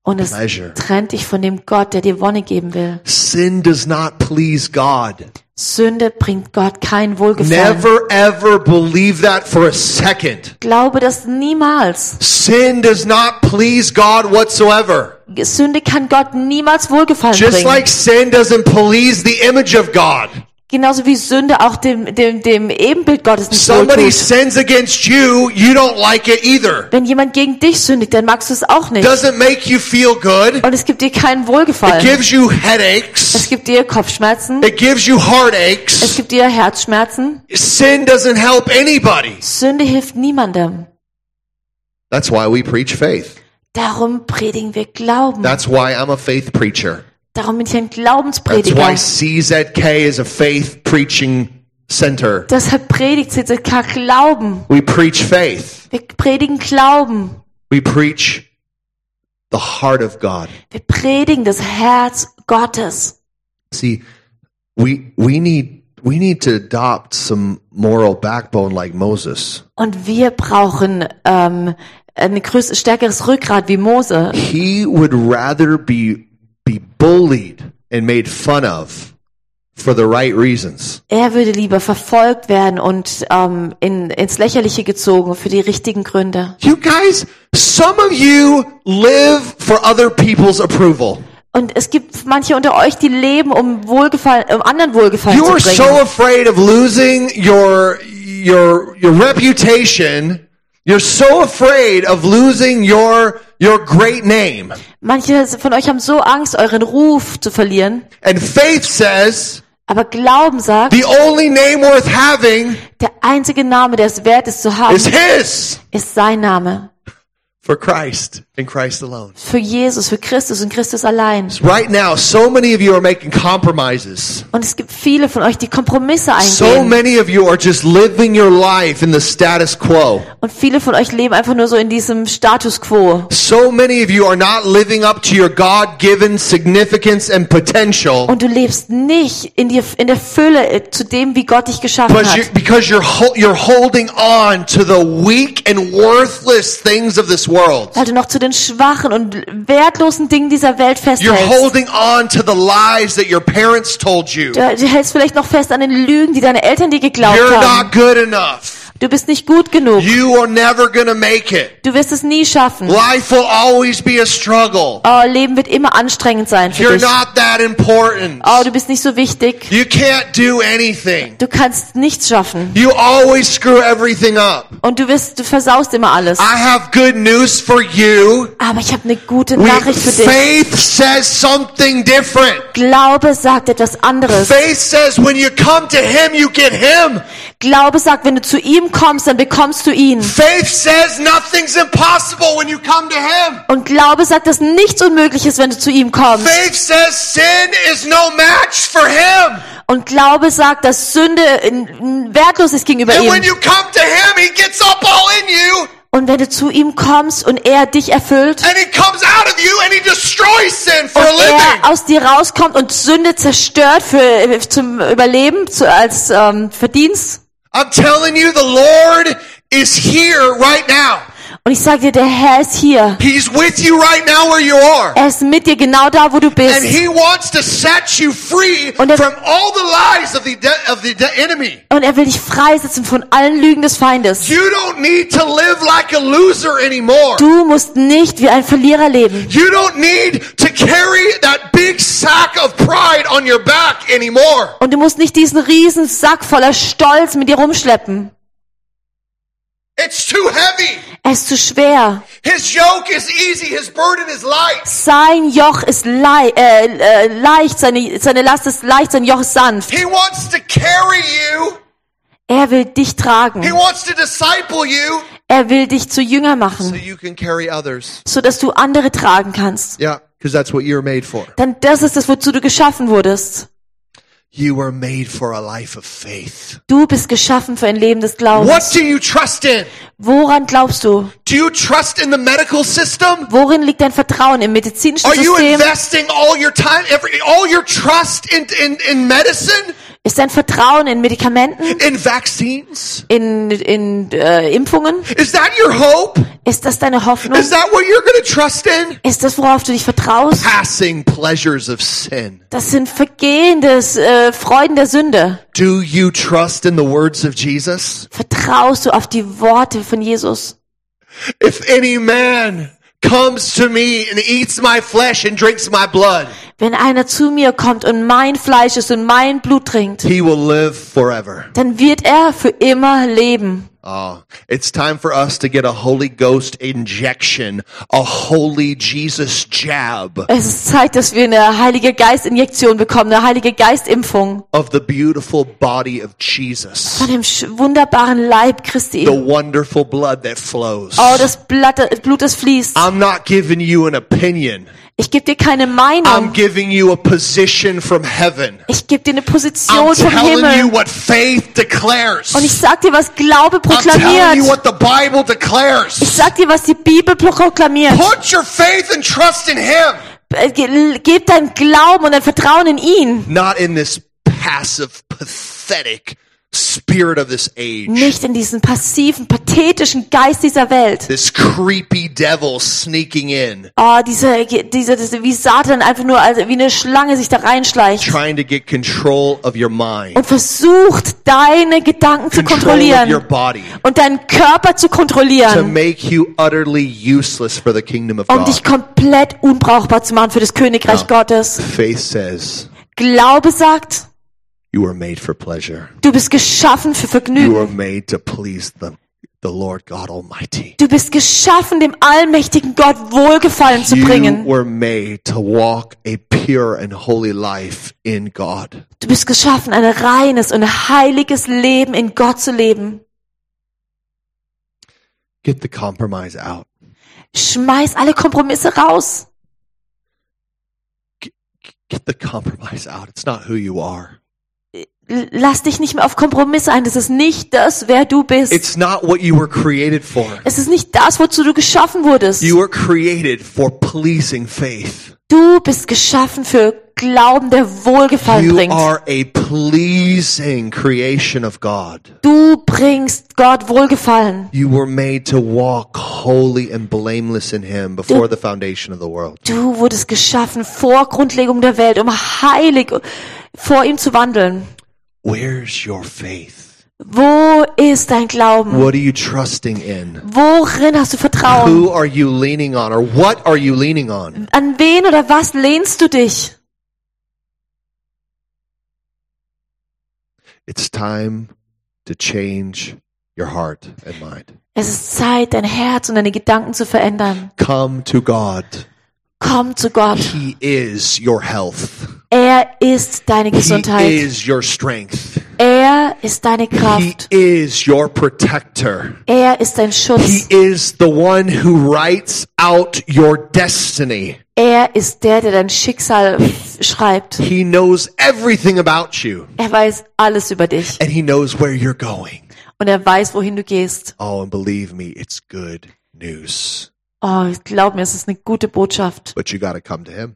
Und es pleasure trennt dich von dem Gott, der dir Wonne geben will. sin does not please god Sünde bringt Gott kein Wohlgefallen. never ever believe that for a second Glaube das niemals. sin does not please god whatsoever Sünde kann Gott niemals Wohlgefallen Just bringen. like sin doesn't please the image of God. Genauso wie Sünde auch dem, dem, dem Ebenbild Gottes nicht Somebody wohltut. sins against you, you don't like it either. Wenn jemand gegen dich sündigt, dann magst du es auch nicht. Doesn't make you feel good. Und es gibt dir keinen It Wohlgefallen. gives you Es headaches. gibt dir Kopfschmerzen. It gives you Es heartaches. gibt dir Herzschmerzen. Sin doesn't help anybody. Sünde hilft niemandem. That's why we preach faith. Darum predigen wir Glauben. That's why I'm a faith preacher. Darum bin ich ein That's why Glaubensprediger. CZK is a faith preaching center. Deshalb predigt CZK Glauben. We preach faith. Wir predigen Glauben. We preach the heart of God. Wir predigen das Herz Gottes. See, we we need we need to adopt some moral backbone like Moses. Und wir brauchen ähm, ein größ- stärkeres Rückgrat wie Mose. He would rather be be bullied and made fun of for the right reasons Er würde lieber verfolgt werden und ähm, in, ins Lächerliche gezogen für die richtigen Gründe. you guys some of you live for other people's approval Und es gibt manche unter euch, die leben, um Wohlgefallen, um anderen Wohlgefallen you're zu bringen. so afraid of losing your your your reputation you're so afraid of losing your your great name Manche von euch haben so Angst, euren Ruf zu verlieren. and faith says Aber Glauben sagt, The only name worth having der einzige Name, der es wert ist zu haben, is His ist sein Name. for Christ and Christ alone. Für Jesus, für Christus und Christus allein. Right now, so many of you are making compromises. Und es gibt viele von euch, die Kompromisse So eingehen. many of you are just living your life in the status quo. Und viele von euch leben einfach nur so in diesem Status quo. So many of you are not living up to your God given significance and potential Und du lebst nicht in, dir, in der Fülle äh, zu dem, wie Gott dich geschaffen because hat. you're, because you're, hol- you're holding on to the weak and worthless things of this world. Weil du noch zu den schwachen und wertlosen Dingen dieser Welt You're festhältst. holding on to the lies that your parents told you. Du, du hältst vielleicht noch fest an den Lügen, die deine Eltern dir geglaubt You're haben. not good enough. Du bist nicht gut genug. You are never going to make it. Du wirst es nie schaffen. Life will always be a struggle. Oh, Leben wird immer anstrengend sein für You're dich. not that important. Oh, du bist nicht so wichtig. You can't do anything. Du kannst nichts schaffen. You always screw everything up. Und du wirst, du versaust immer alles. I have good news for you. Aber ich habe eine gute We- Nachricht für dich. faith says something different. Glaube sagt etwas anderes. Faith says when you come to Him, you get Him. Glaube sagt, wenn du zu ihm kommst, dann bekommst du ihn. Faith says nothing's impossible when you come to Him. Und Glaube sagt, dass nichts unmöglich ist, wenn du zu ihm kommst. Faith says sin is no match for Him. Und Glaube sagt, dass Sünde äh, wertlos ist gegenüber And when ihm. you come to Him, He gets up all in you, Und wenn du zu ihm kommst und er dich erfüllt and He comes out of you, and He destroys sin for und a living. er aus dir rauskommt und Sünde zerstört für, äh, zum Überleben, zu, als ähm, Verdienst. I'm telling you, the Lord is here right now. Und ich sage dir, der Herr ist hier. He's with you right now where you are. Er ist mit dir genau da, wo du And bist. he wants to set you free Und er- from all the lies of the de- of the de- enemy. Und er will dich freisetzen von allen Lügen des Feindes. You don't need to live like a loser anymore. Du musst nicht wie ein Verlierer leben. You don't need to carry that big sack of pride on your back anymore. Und du musst nicht diesen riesen Sack voller Stolz mit dir rumschleppen. It's too heavy. Er ist zu schwer. His yoke is easy, his burden is light. Sein Joch ist lei äh, äh, leicht, seine, seine Last ist leicht, sein Joch ist sanft. He wants to carry you. Er will dich He tragen. wants to disciple you Er will dich zu Jünger so machen, you can carry others. so dass du andere tragen kannst. Yeah, because that's what you're made for. Denn das ist das, wozu du geschaffen wurdest. You were made for a life of faith. Du bist geschaffen für ein Leben des Glaubens. What do you trust in? Woran glaubst du? Do you trust in the medical system? Worin liegt dein Vertrauen im medizinischen Are you System? investing all your time, every, all your trust in, in, in medicine, Ist dein Vertrauen in Medikamenten, in vaccines? in, in äh, Impfungen? Is that your hope? Ist das deine Hoffnung? Is that what you're going to trust in? Ist das, worauf du dich vertraust? Passing pleasures of sin. Das sind Vergehen des äh, Freuden der Sünde. Do you trust in the words of Jesus? Vertraust du auf die Worte von Jesus? If any man comes to me and eats my flesh and drinks my blood, Wenn einer zu mir kommt und mein Fleisch ist und mein Blut trinkt, he will live forever. dann wird er für immer leben. Oh, it's time for us to get a Holy Ghost injection, a holy Jesus jab Es ist Zeit, dass wir eine Heilige Geistinjektion bekommen, eine Heilige Geistimpfung of the beautiful body of Jesus, von dem sch- wunderbaren Leib the Christi. wonderful blood that flows. Oh, das Blatt, Blut, das fließt. I'm not giving you an opinion. Ich gebe dir keine I'm Meinung. giving you a position from heaven. Ich gebe dir eine I'm Position vom telling you Himmel. what faith declares. Und ich sag dir, was Glaube I'm telling you proklamiert. what the Bible Ich declares. sag dir, was die Bibel proklamiert. Put your faith and trust in Him, Äh, ge- Gib dein Glauben und dein Vertrauen in ihn, not in this passive, pathetic spirit of this age. nicht in diesen passiven, pathetischen Geist dieser Welt. this creepy devil sneaking in, Oh, diese, diese, diese, wie Satan einfach nur also wie eine Schlange sich da reinschleicht trying to get control of your mind, und versucht, deine Gedanken zu control of your kontrollieren body, und deinen Körper zu to kontrollieren, make you utterly useless for the kingdom of um God. dich komplett unbrauchbar zu machen für das Königreich Gottes. Faith says Glaube sagt, you are made for pleasure. du bist geschaffen für You Vergnügen. are made to please the, the Lord God Almighty. Du bist geschaffen, dem allmächtigen Gott Wohlgefallen zu You bringen. were made to walk a pure and holy life in God. Du bist geschaffen, ein reines und heiliges Leben in Gott zu leben. Get the compromise out. Schmeiß alle Kompromisse raus. Get the compromise out. It's not who you are. L- Lass dich nicht mehr auf Kompromisse ein. Das ist nicht das, wer du bist. It's not what you were created for. es ist nicht das, wozu du geschaffen wurdest. You were created for pleasing faith. Du bist geschaffen für Glauben, der Wohlgefallen You bringt. are a pleasing creation of God. Du bringst Gott Wohlgefallen. You were made to walk holy and blameless in Him before the foundation of the world. Du wurdest geschaffen vor Grundlegung der Welt, um heilig vor ihm zu wandeln. Where's your faith? Wo ist dein Glauben? What are you trusting in? Worin hast du Vertrauen? Who are you leaning on or what are you leaning on? An wen oder was lehnst du dich? It's time to change your heart and mind. Es ist Zeit, dein Herz und deine Gedanken zu verändern. Come to God. Komm zu Gott. He is your health. Er ist deine He Gesundheit. is your strength. Er ist deine He Kraft. is your protector. Er ist dein He Schutz. is the one who writes out your destiny. Er ist der, der dein Schicksal f- schreibt. He knows everything about you Er weiß alles über dich and he knows where you're going. und er weiß, wohin du gehst. Oh, and believe me, it's good news. Oh, glaub mir, es ist eine gute Botschaft. But you got to come to him.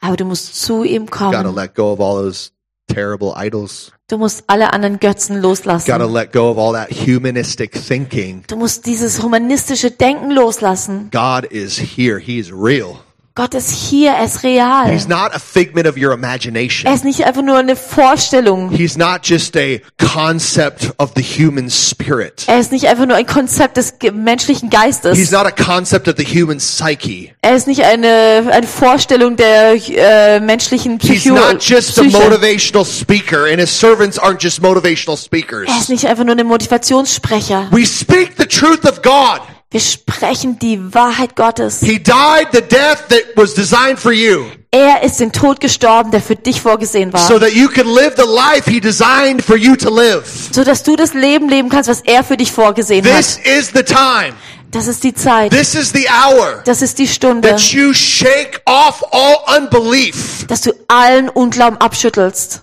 Aber du musst zu ihm Got to kommen. let go of all those terrible idols. Du musst alle anderen Götzen Got to loslassen. let go of all that humanistic thinking. Du musst dieses humanistische Denken loslassen. God is here. He is real. Gott ist hier, er ist real. He's not a figment of your Er imagination. ist nicht einfach nur eine Vorstellung. He's not just a concept of the human spirit. Er ist nicht einfach nur ein Konzept des ge- menschlichen He's Geistes. not a concept of the human psyche. Er ist nicht eine, eine Vorstellung der äh, menschlichen He's Psycho not just a Psyche. motivational speaker, and his servants aren't just motivational speakers. Er ist nicht einfach nur ein Motivationssprecher. We speak the truth of God. Wir sprechen die Wahrheit Gottes. He died the death that was designed for you Er ist den Tod gestorben, der für dich vorgesehen so war. that you could live the life he designed for you to live. So dass du das Leben leben kannst, was er für dich vorgesehen This hat. is the time. Das ist die Zeit. This is the hour Das ist die Stunde, that you shake off all unbelief dass du allen Unglauben abschüttelst.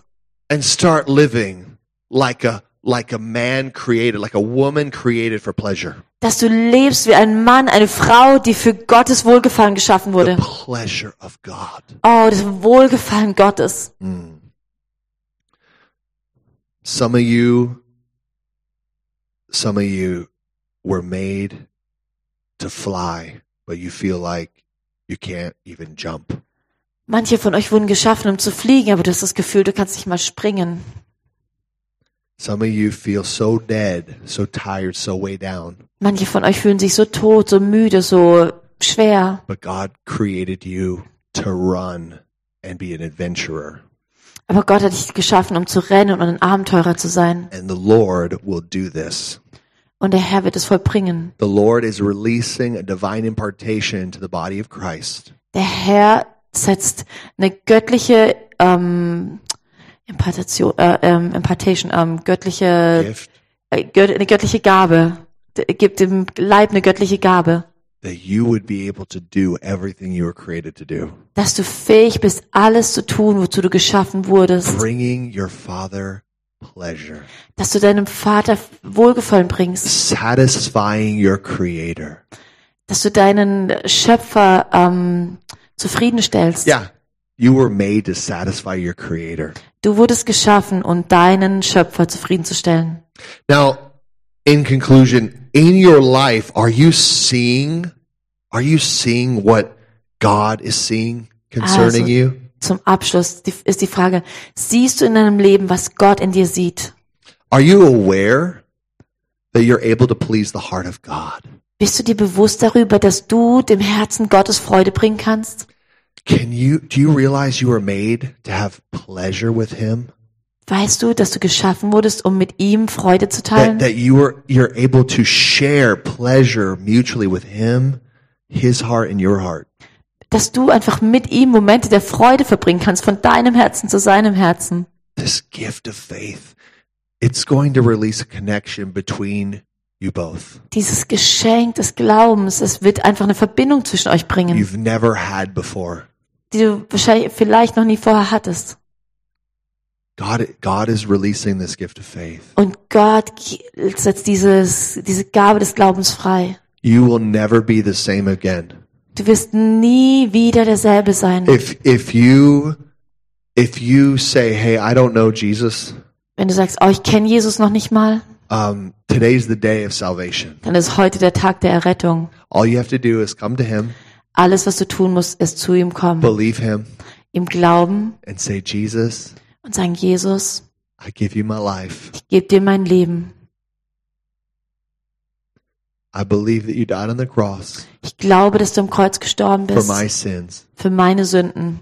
and start living like a like a man created, like a woman created for pleasure. Dass du lebst wie ein Mann, eine Frau, die für Gottes Wohlgefallen geschaffen The wurde. pleasure of God. Oh, das Wohlgefallen Gottes. Some of you, some of you were made to fly, but you feel like you can't even jump. Manche von euch wurden geschaffen, um zu fliegen, aber du hast das Gefühl, du kannst nicht mal springen. Some of you feel so dead, so tired, so way down, Manche von euch fühlen sich so tot, so müde, so schwer. but God created you to run and be an adventurer. Aber Gott hat dich geschaffen, um zu rennen und ein Abenteurer zu sein. And the Lord will do this. Und der Herr wird es vollbringen. The Lord is releasing a divine impartation to the body of Christ. Der Herr setzt eine göttliche ähm, Impartation, äh, ähm, Impartation, ähm, göttliche, Gift äh, gött, eine göttliche Gabe. D- Gibt dem Leib eine göttliche Gabe, that you would be able to do everything you were created to do. dass du fähig bist, alles zu tun, wozu du geschaffen wurdest. bringing your father pleasure, dass du deinem Vater Wohlgefallen bringst, satisfying your creator. dass du deinen Schöpfer ähm, zufriedenstellst. Yeah. You were made to satisfy your creator. Du wurdest geschaffen, um deinen Schöpfer zufriedenzustellen. Now, in conclusion, in your life, are you seeing are you seeing what God is seeing concerning Also- you? Zum Abschluss die, ist die Frage, siehst du in deinem Leben, was Gott in dir sieht? Are you aware that you're able to please the heart of God? Bist du dir bewusst darüber, dass du dem Herzen Gottes Freude bringen kannst? Can you do you realize you were made to have pleasure with him? Weißt du, dass du geschaffen wurdest, um mit ihm Freude zu that, teilen? that you are you're able to share pleasure mutually with him his heart and your heart Dass du einfach mit ihm Momente der Freude verbringen kannst, von deinem Herzen zu seinem Herzen? this gift of faith it's going to release a connection between you both dieses Geschenk des Glaubens, es wird einfach eine Verbindung zwischen euch bringen, you've never had before die du wahrscheinlich vielleicht noch nie vorher hattest. god god is releasing this gift of faith Und Gott gi- setzt dieses, diese Gabe des Glaubens frei. you will never be the same again Du wirst nie wieder derselbe sein. if if you if you say hey i don't know jesus Wenn du sagst, oh, ich kenne Jesus noch nicht mal, um, today's the day of salvation dann ist heute der Tag der Errettung. all you have to do is come to him Alles, was du tun musst, ist zu ihm kommen, believe him ihm glauben and say jesus und sagen, Jesus, I give you my life. Ich gebe dir mein Leben. I believe that you died on the cross Ich glaube, dass du am Kreuz gestorben for bist my sins, für meine Sünden.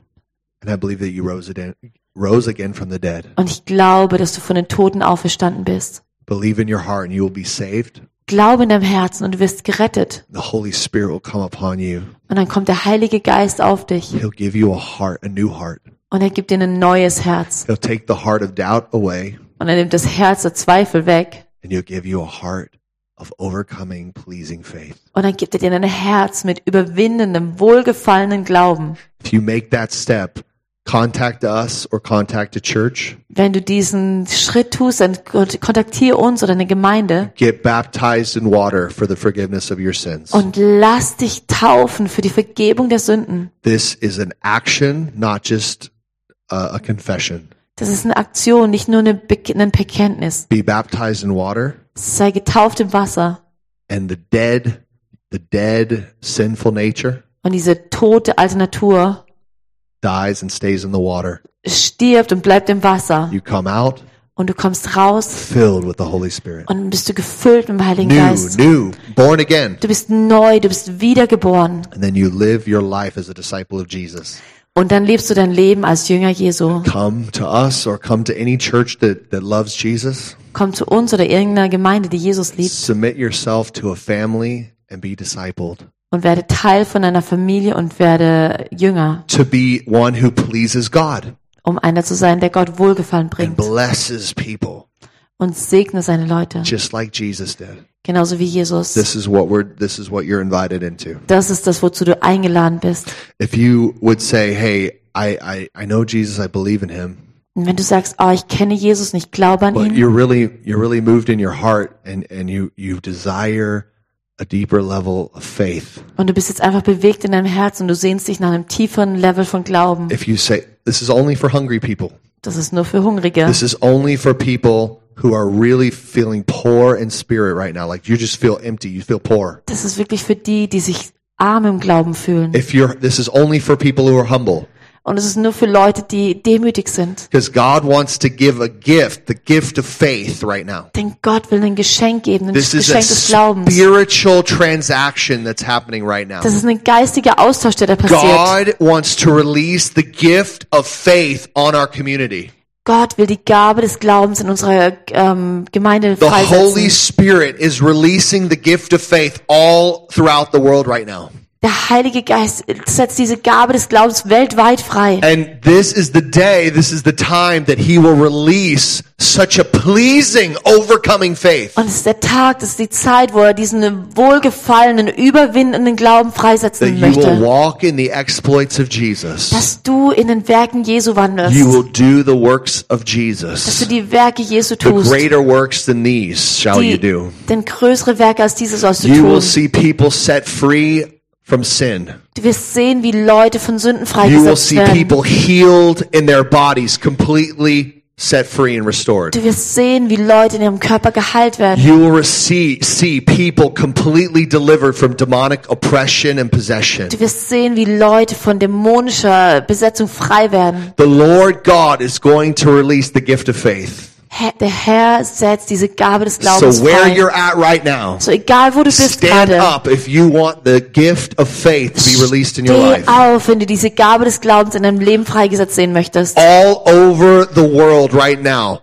and I believe that you rose again, rose again from the dead. Und ich glaube, dass du von den Toten auferstanden bist. Believe in your heart, and you will be saved. Glaube in deinem Herzen und du wirst gerettet. The Holy Spirit will come upon you. Und dann kommt der Heilige Geist auf dich He'll give you a heart, a new heart. und er gibt dir ein neues Herz. He'll take the heart of doubt away, Und er nimmt das Herz der Zweifel weg and he'll give you a heart of overcoming, pleasing faith. und dann gibt er dir ein Herz mit überwindendem, wohlgefallenen Glauben. If you make that step, contact us or contact a church. Wenn du diesen Schritt tust, dann kontaktiere uns oder eine Gemeinde Get baptized in water for the forgiveness of your sins. und lass dich taufen für die Vergebung der Sünden. This is an action, not just uh, a confession. Das ist eine Aktion, nicht nur eine Be ein Bekenntnis. Be baptized in water, Sei getauft im Wasser and the dead, the dead sinful nature und diese tote alte Natur dies and stays in the water. stirbt und bleibt im Wasser. You come out Und du kommst raus filled with the Holy Spirit. und bist du gefüllt mit dem Heiligen New, Geist. new, born again. Du bist neu, du bist wiedergeboren. And then you live your life as a disciple of Jesus. Und dann lebst du dein Leben als Jünger Jesu. Come to us or come to any church that, that loves Jesus. Komm zu uns oder irgendeiner Gemeinde, die Jesus liebt Submit yourself to a family and be discipled. und werde Teil von einer Familie und werde Jünger, To be one who pleases God um einer zu sein, der Gott Wohlgefallen and bringt blesses people, und segne seine Leute. just like Jesus did. Genauso wie Jesus. This is what we're this is what you're invited into. Das ist das, wozu du eingeladen bist. If you would say, Hey, I, I, I know Jesus, I believe in him. Und wenn du sagst, oh, ich kenne Jesus und ich glaube an But ihn, you're really you're really moved in your heart and, and you you desire a deeper level of faith. und du bist jetzt einfach bewegt in deinem Herz und du sehnst dich nach einem tieferen Level von Glauben, If you say this is only for hungry people. das ist nur für Hungrige. This is only for people who are really feeling poor in spirit right now. Like you just feel empty, you feel poor. Das ist wirklich für die, die sich arm im Glauben fühlen. If you're this is only for people who are humble. Und es ist nur für Leute, die demütig sind. Because God wants to give a gift, the gift of faith right now. Denn Gott will ein Geschenk geben, ein This is Geschenk a des Glaubens. spiritual transaction that's happening right now. Das ist ein geistiger Austausch, der da passiert. God wants to release the gift of faith on our community. Gott will die Gabe des Glaubens in unserer ähm, Gemeinde The Holy freisetzen. Spirit is releasing the gift of faith all throughout the world right now. Der Heilige Geist setzt diese Gabe des Glaubens weltweit frei. And this is the day, this is the time that he will release such a pleasing, overcoming faith. Und es ist der Tag, das ist die Zeit, wo er diesen wohlgefallenen, überwindenden Glauben That freisetzen you will möchte. walk in the exploits of Jesus. Dass du in den Werken Jesu You wandelst. will do the works of Dass du Jesus. die Werke Jesu The tust. greater works than these shall you Die, do. denn größere Werke als diese sollst du You will tun. see people set free from sin. Du wirst sehen, wie Leute von Sünden You will freigesetzt see werden. people healed in their bodies, completely set free and restored. Du wirst sehen, wie Leute in ihrem Körper geheilt werden. You will receive, see people completely delivered from demonic oppression and possession. Du wirst sehen, wie Leute von dämonischer Besetzung frei werden. The Lord God is going to release the gift of faith. Herr- Der Herr setzt diese Gabe des So Glaubens where frei. you're at right now, So egal, wo du bist stand gerade, up if you want the gift of faith to be released in your steh life. auf, wenn du diese Gabe des Glaubens in deinem Leben freigesetzt sehen möchtest. All over the world right now,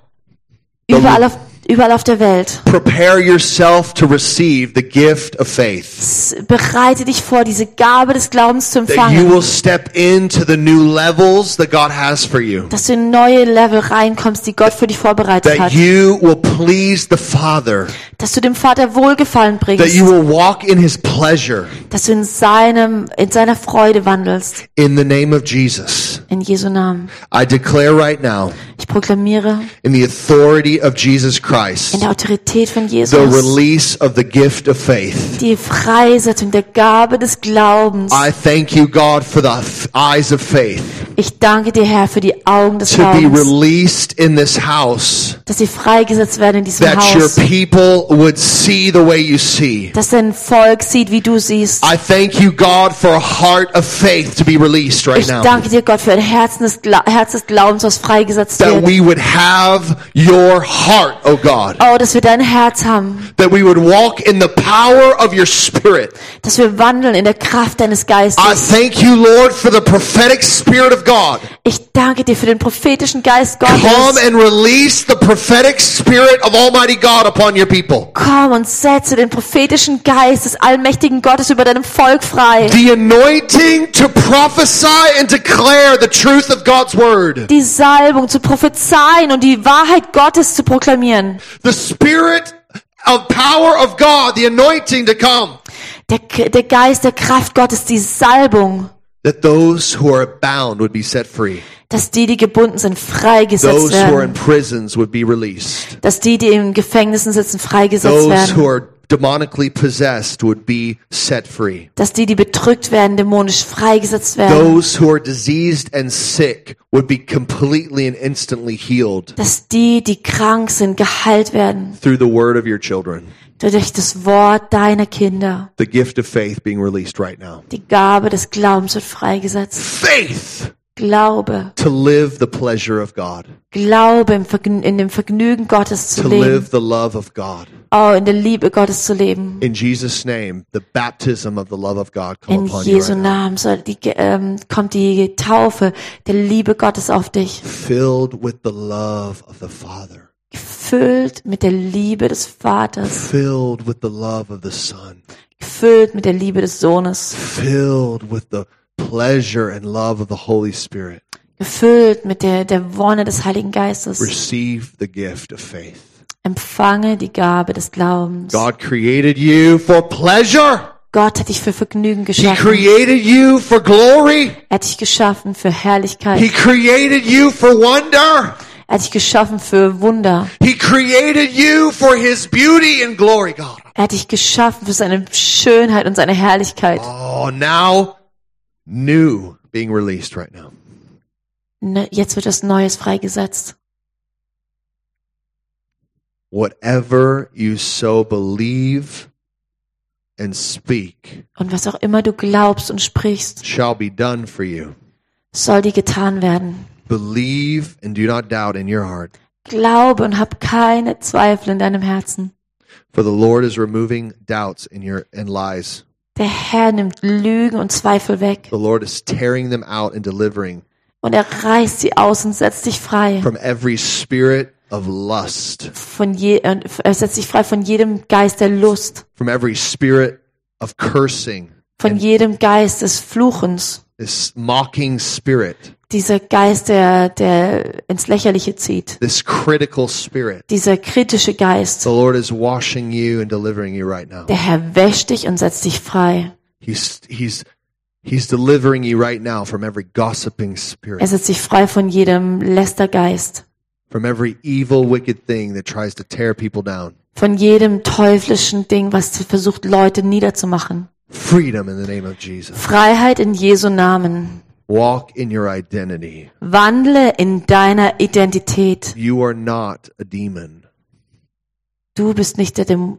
Überall auf, überall auf der Welt. prepare yourself to receive the gift of faith. S- Bereite dich vor, diese Gabe des Glaubens zu that you empfangen. will step into the new levels that God has for you. Dass du in neue Level reinkommst, die Gott für dich vorbereitet That hat. you will please the Father. Dass du dem Vater Wohlgefallen That bringst. you will walk in His pleasure dass du in seinem in seiner Freude wandelst in the name of Jesus. in Jesu Namen. I declare right now, Ich proklamiere in the authority of Jesus in Christ, der Autorität von the Jesus, release of the gift of faith. die Freisetzung der Gabe des Glaubens. I thank you, God, for the f- eyes of faith Ich danke dir, Herr, für die Augen des to be Glaubens, released in this house, dass sie freigesetzt werden in diesem that your Haus, people would see the way you see. dass dein Volk sieht, wie du siehst. I thank you, God, for a heart of faith to be released right Ich now. danke dir, Gott, für ein Herz des, Gla Herz des Glaubens, was freigesetzt That wird. we would have your heart, oh God. Oh, dass wir dein Herz haben, That we would walk in the power of your spirit. dass wir wandeln in der Kraft deines I Geistes. thank you, Lord, for the prophetic spirit of God. Ich danke dir für den prophetischen Geist Come Gottes. and release the prophetic spirit of Almighty God upon your people. Komm und setze den prophetischen Geist des allmächtigen Gottes über deinem Volk frei. The anointing to prophesy and declare the truth of God's word. Die Salbung zu prophezeien und die Wahrheit Gottes zu proklamieren. The spirit of power of God, the anointing to come. Der, K- der Geist der Kraft Gottes, die Salbung, That those who are bound would be set free. dass die, die gebunden sind, freigesetzt Those who are in werden. prisons would be released. Dass die, die in Gefängnissen sitzen, freigesetzt Those who werden. are demonically possessed would be set free. Dass die, die bedrückt werden, dämonisch freigesetzt werden. Those who are diseased and sick would be completely and instantly healed Dass die, die krank sind, geheilt werden. through the word of your children. Durch das Wort deiner Kinder. The gift of faith being released right now. Die Gabe des Glaubens wird freigesetzt. Faith Glaube. to live the pleasure of God, Glaube im Vergnü- in dem Vergnügen Gottes zu to leben. live the love of God. Oh, in der Liebe Gottes zu leben. In Jesus' name, the baptism of the love of God come In upon you. Jesu Right now, Namen soll die, Ge- ähm, kommt die Taufe der Liebe Gottes auf dich. filled with the love of the Father, Gefüllt mit der Liebe des Vaters. filled with the love of the Son, Gefüllt mit der Liebe des Sohnes. filled with the pleasure and love of the Holy Spirit. Gefüllt mit der, der Wonne des Heiligen Geistes. Receive the gift of faith. Empfange die Gabe des Glaubens. God created you for pleasure. Gott hat dich für Vergnügen He geschaffen. created you for glory. Er hat dich geschaffen für He Herrlichkeit. created you for wonder. Er hat dich geschaffen für Wunder. He created you for his beauty and glory, God. Er hat dich geschaffen für seine Schönheit und seine Herrlichkeit. Oh, now new being released right now. Ne, Jetzt wird das Neues freigesetzt. Whatever you so believe and speak Und was auch immer du glaubst und sprichst, shall be done for you. soll dir getan werden. Believe and do not doubt in your heart, Glaube und hab keine Zweifel in deinem Herzen. for the Lord is removing doubts in your and lies. Der Herr nimmt Lügen und Zweifel weg The Lord is tearing them out and delivering und er reißt sie aus und setzt dich frei from every spirit of lust, von je, äh, er setzt dich frei von jedem Geist der Lust, from every spirit of cursing, von jedem Geist des Fluchens, this mocking spirit, dieser Geist, der, der ins Lächerliche zieht, this critical spirit. dieser kritische Geist. The Lord is washing you and delivering you right now. Der Herr wäscht dich und setzt dich frei. He's he's he's delivering you right now from every gossiping Er spirit, setzt dich frei von jedem Lästergeist, from every evil wicked thing that tries to tear people down. von jedem teuflischen Ding, was versucht, Leute niederzumachen. Freedom in the name of Jesus. Freiheit in Jesu Namen. Walk in your identity. Wandle in deiner Identität. You are not a demon. Du bist nicht der Dämon.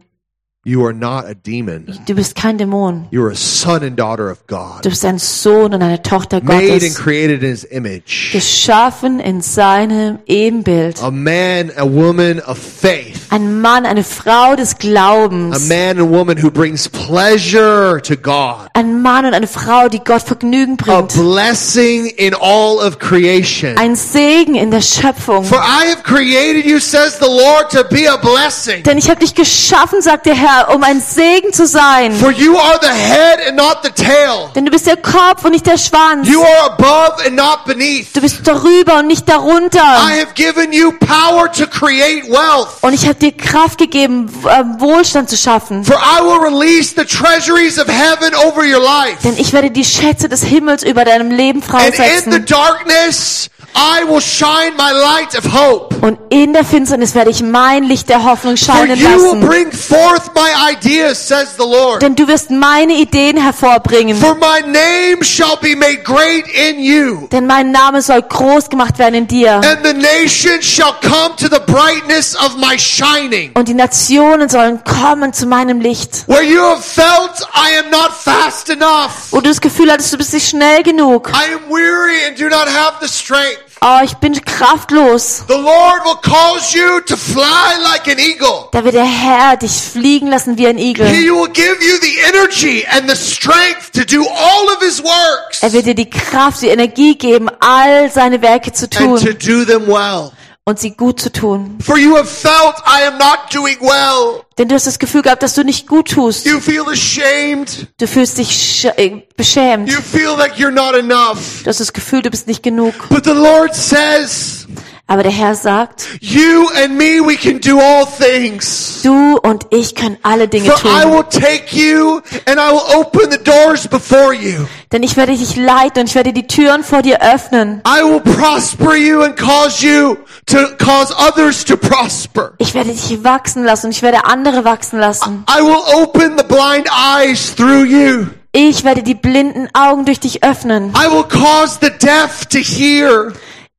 You are not a demon. Du bist kein Dämon. You're a son and daughter of Du God, bist ein Sohn und eine Tochter made and Gottes. created in his image. Geschaffen in seinem Ebenbild. A man, a woman of faith. Ein Mann, eine Frau des A Glaubens. man and woman who brings pleasure to God. Ein Mann und eine Frau, die Gott Vergnügen a bringt. blessing in all of creation. Ein Segen in der Schöpfung. For I have created you, says the Lord, to be a blessing. Denn ich habe dich geschaffen, sagt der Herr, um ein Segen zu sein. For you are the head and not the tail. Denn du bist der Kopf und nicht der Schwanz. You are above and not beneath. Du bist darüber und nicht I darunter. have given you power to create wealth. Und ich habe dir Kraft gegeben, w- äh, Wohlstand zu schaffen. For I will release the treasuries of heaven over your life. Denn ich werde die Schätze des Himmels über deinem Leben And in the freisetzen. darkness, I will shine my light of hope. Und in der Finsternis werde ich mein Licht der Hoffnung For scheinen you will lassen. bring forth my ideas, says the Lord. Denn du wirst meine Ideen hervorbringen. For my name shall be made great in you, Denn mein Name soll groß gemacht werden in dir. and the nations shall come to the brightness of my shining. Und die Nationen sollen kommen zu meinem Licht. Where you have felt I am not fast enough, Wo du das Gefühl hattest, du bist nicht schnell genug. I am weary and do not have the strength. Oh, ich bin kraftlos. The Lord will cause you to fly like an eagle. Da wird der Herr dich fliegen lassen wie ein Igel. He will give you the energy and the strength to do all of his works Er wird dir die Kraft, die Energie geben, all seine Werke zu and to tun do them well. und sie gut zu tun. For you have felt I am not doing well. Denn du hast das Gefühl gehabt, dass du nicht gut tust. You feel ashamed. Du fühlst dich sch- äh, beschämt. You feel like you're not enough. Du hast das Gefühl, du bist nicht genug. But the Lord says, Aber der Herr sagt, you and me, we can do all things. du und ich können alle Dinge For I tun. will take you and I will open the doors before you. Denn ich werde dich leiten und ich werde die Türen vor dir öffnen. I will prosper you and cause you to cause others to prosper. Ich werde dich wachsen lassen und ich werde andere wachsen lassen. I will open the blind eyes through you. Ich werde die blinden Augen durch dich öffnen. I will cause the deaf to hear.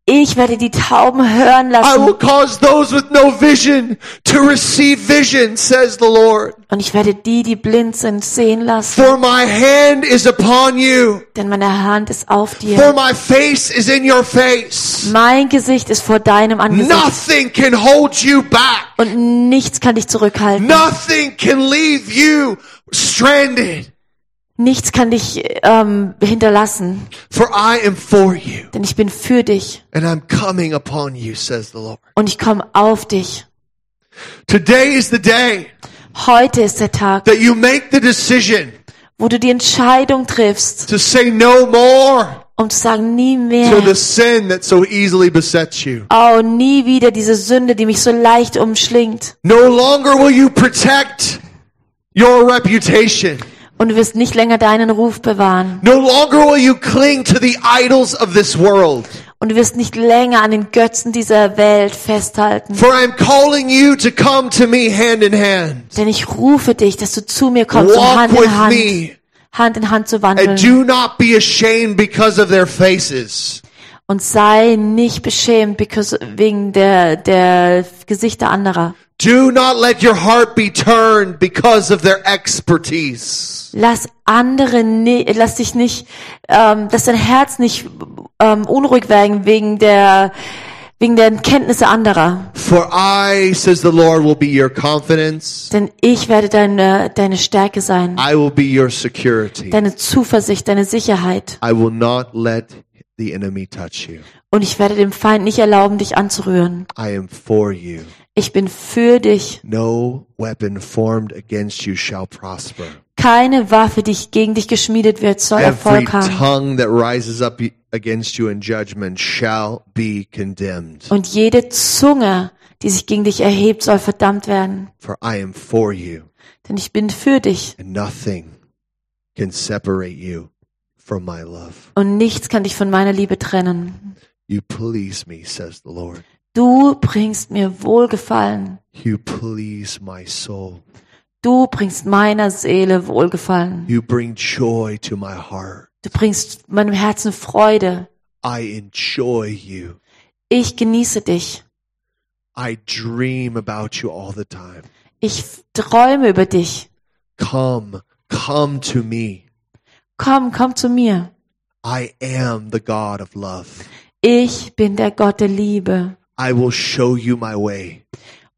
Ich werde die Tauben hören I will lassen. cause those with no vision to receive vision, says the Lord. Und ich werde die, die blind sind, sehen lassen. For my hand is upon you. Denn meine Hand ist auf For dir. my face is in your face. Mein Gesicht ist vor deinem Angesicht. Nothing can hold you back. Und nichts kann dich zurückhalten. Nothing can leave you stranded. Nichts kann dich ähm, hinterlassen. For I am for you Denn ich bin für dich. and I'm coming upon you, says the Lord. Und ich komme auf dich. Today is the day Heute ist der Tag, that you make the decision wo du die Entscheidung triffst, to say no more um zu sagen, nie to mehr. the sin that so easily besets you. Oh, nie wieder diese Sünde, die mich so leicht umschlingt. No longer will you protect your reputation. Und du wirst nicht länger deinen Ruf bewahren. No longer will you cling to the idols of this world. Und du wirst nicht länger an den Götzen dieser Welt festhalten. For I am calling you to come to me hand in hand. Denn ich rufe dich, dass du zu mir kommst, um Walk Hand in with Hand, me Hand in Hand zu and wandeln. do not be ashamed because of their faces. Und sei nicht beschämt because, wegen der, der Gesichter anderer. Do not let your heart be turned because of their expertise. Lass andere, ni- lass dich nicht, ähm, lass dein Herz nicht ähm, unruhig werden wegen der, wegen der Kenntnisse anderer. For I, says the Lord, will be your confidence. Denn ich werde deine, deine Stärke sein, I will be your security. deine Zuversicht, deine Sicherheit. I will not let the enemy touch you. Und ich werde dem Feind nicht erlauben, dich anzurühren. I am for you. Ich bin für dich. No weapon formed against you shall prosper. Keine Waffe, die gegen dich geschmiedet wird, soll Every Erfolg haben. tongue that rises up against you in judgment shall be condemned. Und jede Zunge, die sich gegen dich erhebt, soll verdammt werden. For I am for you, Denn ich bin für dich. and nothing can separate you from my love. Und nichts kann dich von meiner Liebe trennen. You please me, says the Lord. Du bringst mir Wohlgefallen. You please my soul. Du bringst meiner Seele Wohlgefallen. You bring joy to my heart. Du bringst meinem Herzen Freude. I enjoy you. Ich genieße dich. I dream about you all the time. Ich träume über dich. Come, come to me. Komm, komm zu mir. I am the God of love. Ich bin der Gott der Liebe. I will show you my way.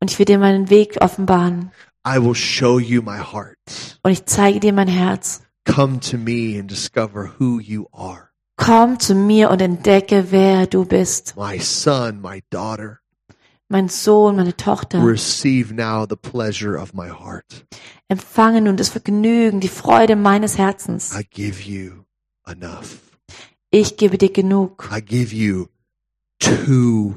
Und ich will dir meinen Weg offenbaren. I will show you my heart. Und ich zeige dir mein Herz. Come to me and discover who you are. Komm zu mir und entdecke, wer du bist. My son, my daughter, Mein Sohn, meine Tochter. receive now the pleasure of my heart. Empfange nun das Vergnügen, die Freude meines Herzens. I give you enough. Ich gebe dir genug. I give you too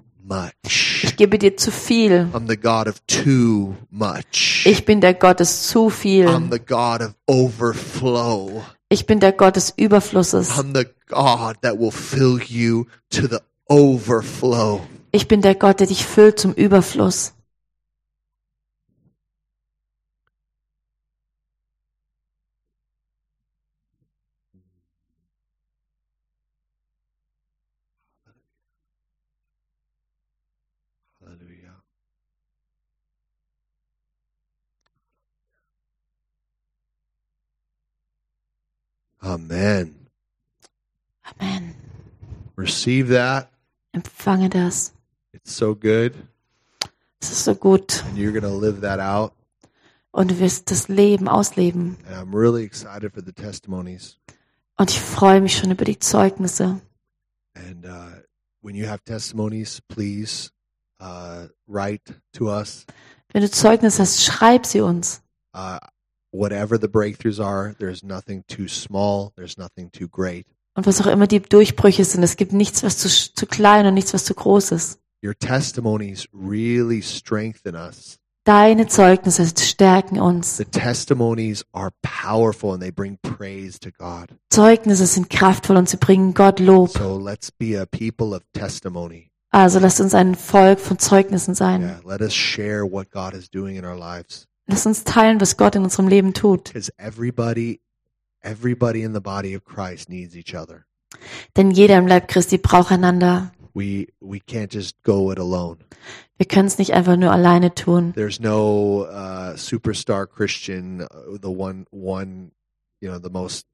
Ich much. gebe dir zu viel. I'm the God of too much. Ich bin der Gott des zu I'm viel. the God of overflow. Ich bin der Gott des Überflusses. I'm the God that will fill you to the overflow. Ich bin der Gott, der dich füllt zum Überfluss. Hallelujah. Amen. Amen. Receive that. Empfange das. It's so good. Es ist so gut. And you're going to live that out. Und du wirst das Leben ausleben. And I'm really excited for the testimonies. Und ich freue mich schon über die Zeugnisse. And uh, when you have testimonies, please uh, write to us. Wenn du Zeugnis hast, schreib sie uns. Uh, whatever the breakthroughs are, there's nothing too small, there's nothing too great. Und was auch immer die Durchbrüche sind, es gibt nichts, was zu, sch- zu klein und nichts, was zu groß ist. Your testimonies really strengthen us. Deine Zeugnisse stärken uns. The testimonies are powerful and they bring praise to God. Zeugnisse sind kraftvoll und sie bringen Gott Lob. So let's be a people of testimony. Also lasst uns ein Volk von Zeugnissen sein. Yeah, let us share what God is doing in our lives. Lasst uns teilen, was Gott in unserem Leben tut. Because everybody, everybody in the body of Christ needs each other. Denn jeder im Leib Christi braucht einander. We we can't just go it alone. Wir können es nicht einfach nur alleine tun. There's no uh, superstar Christian, uh, the one one, you know, the most,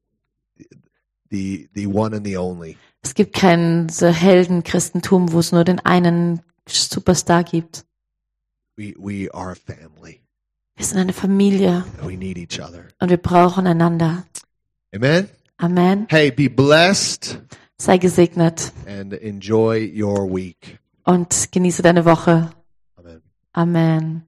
the the one and the only. Es gibt kein so Heldenchristentum, wo es nur den einen Superstar gibt. We we are a family. Wir sind eine Familie We need each other. und wir brauchen einander. Amen. Amen. Hey, be blessed Sei gesegnet and enjoy your week. und genieße deine Woche. Amen. Amen.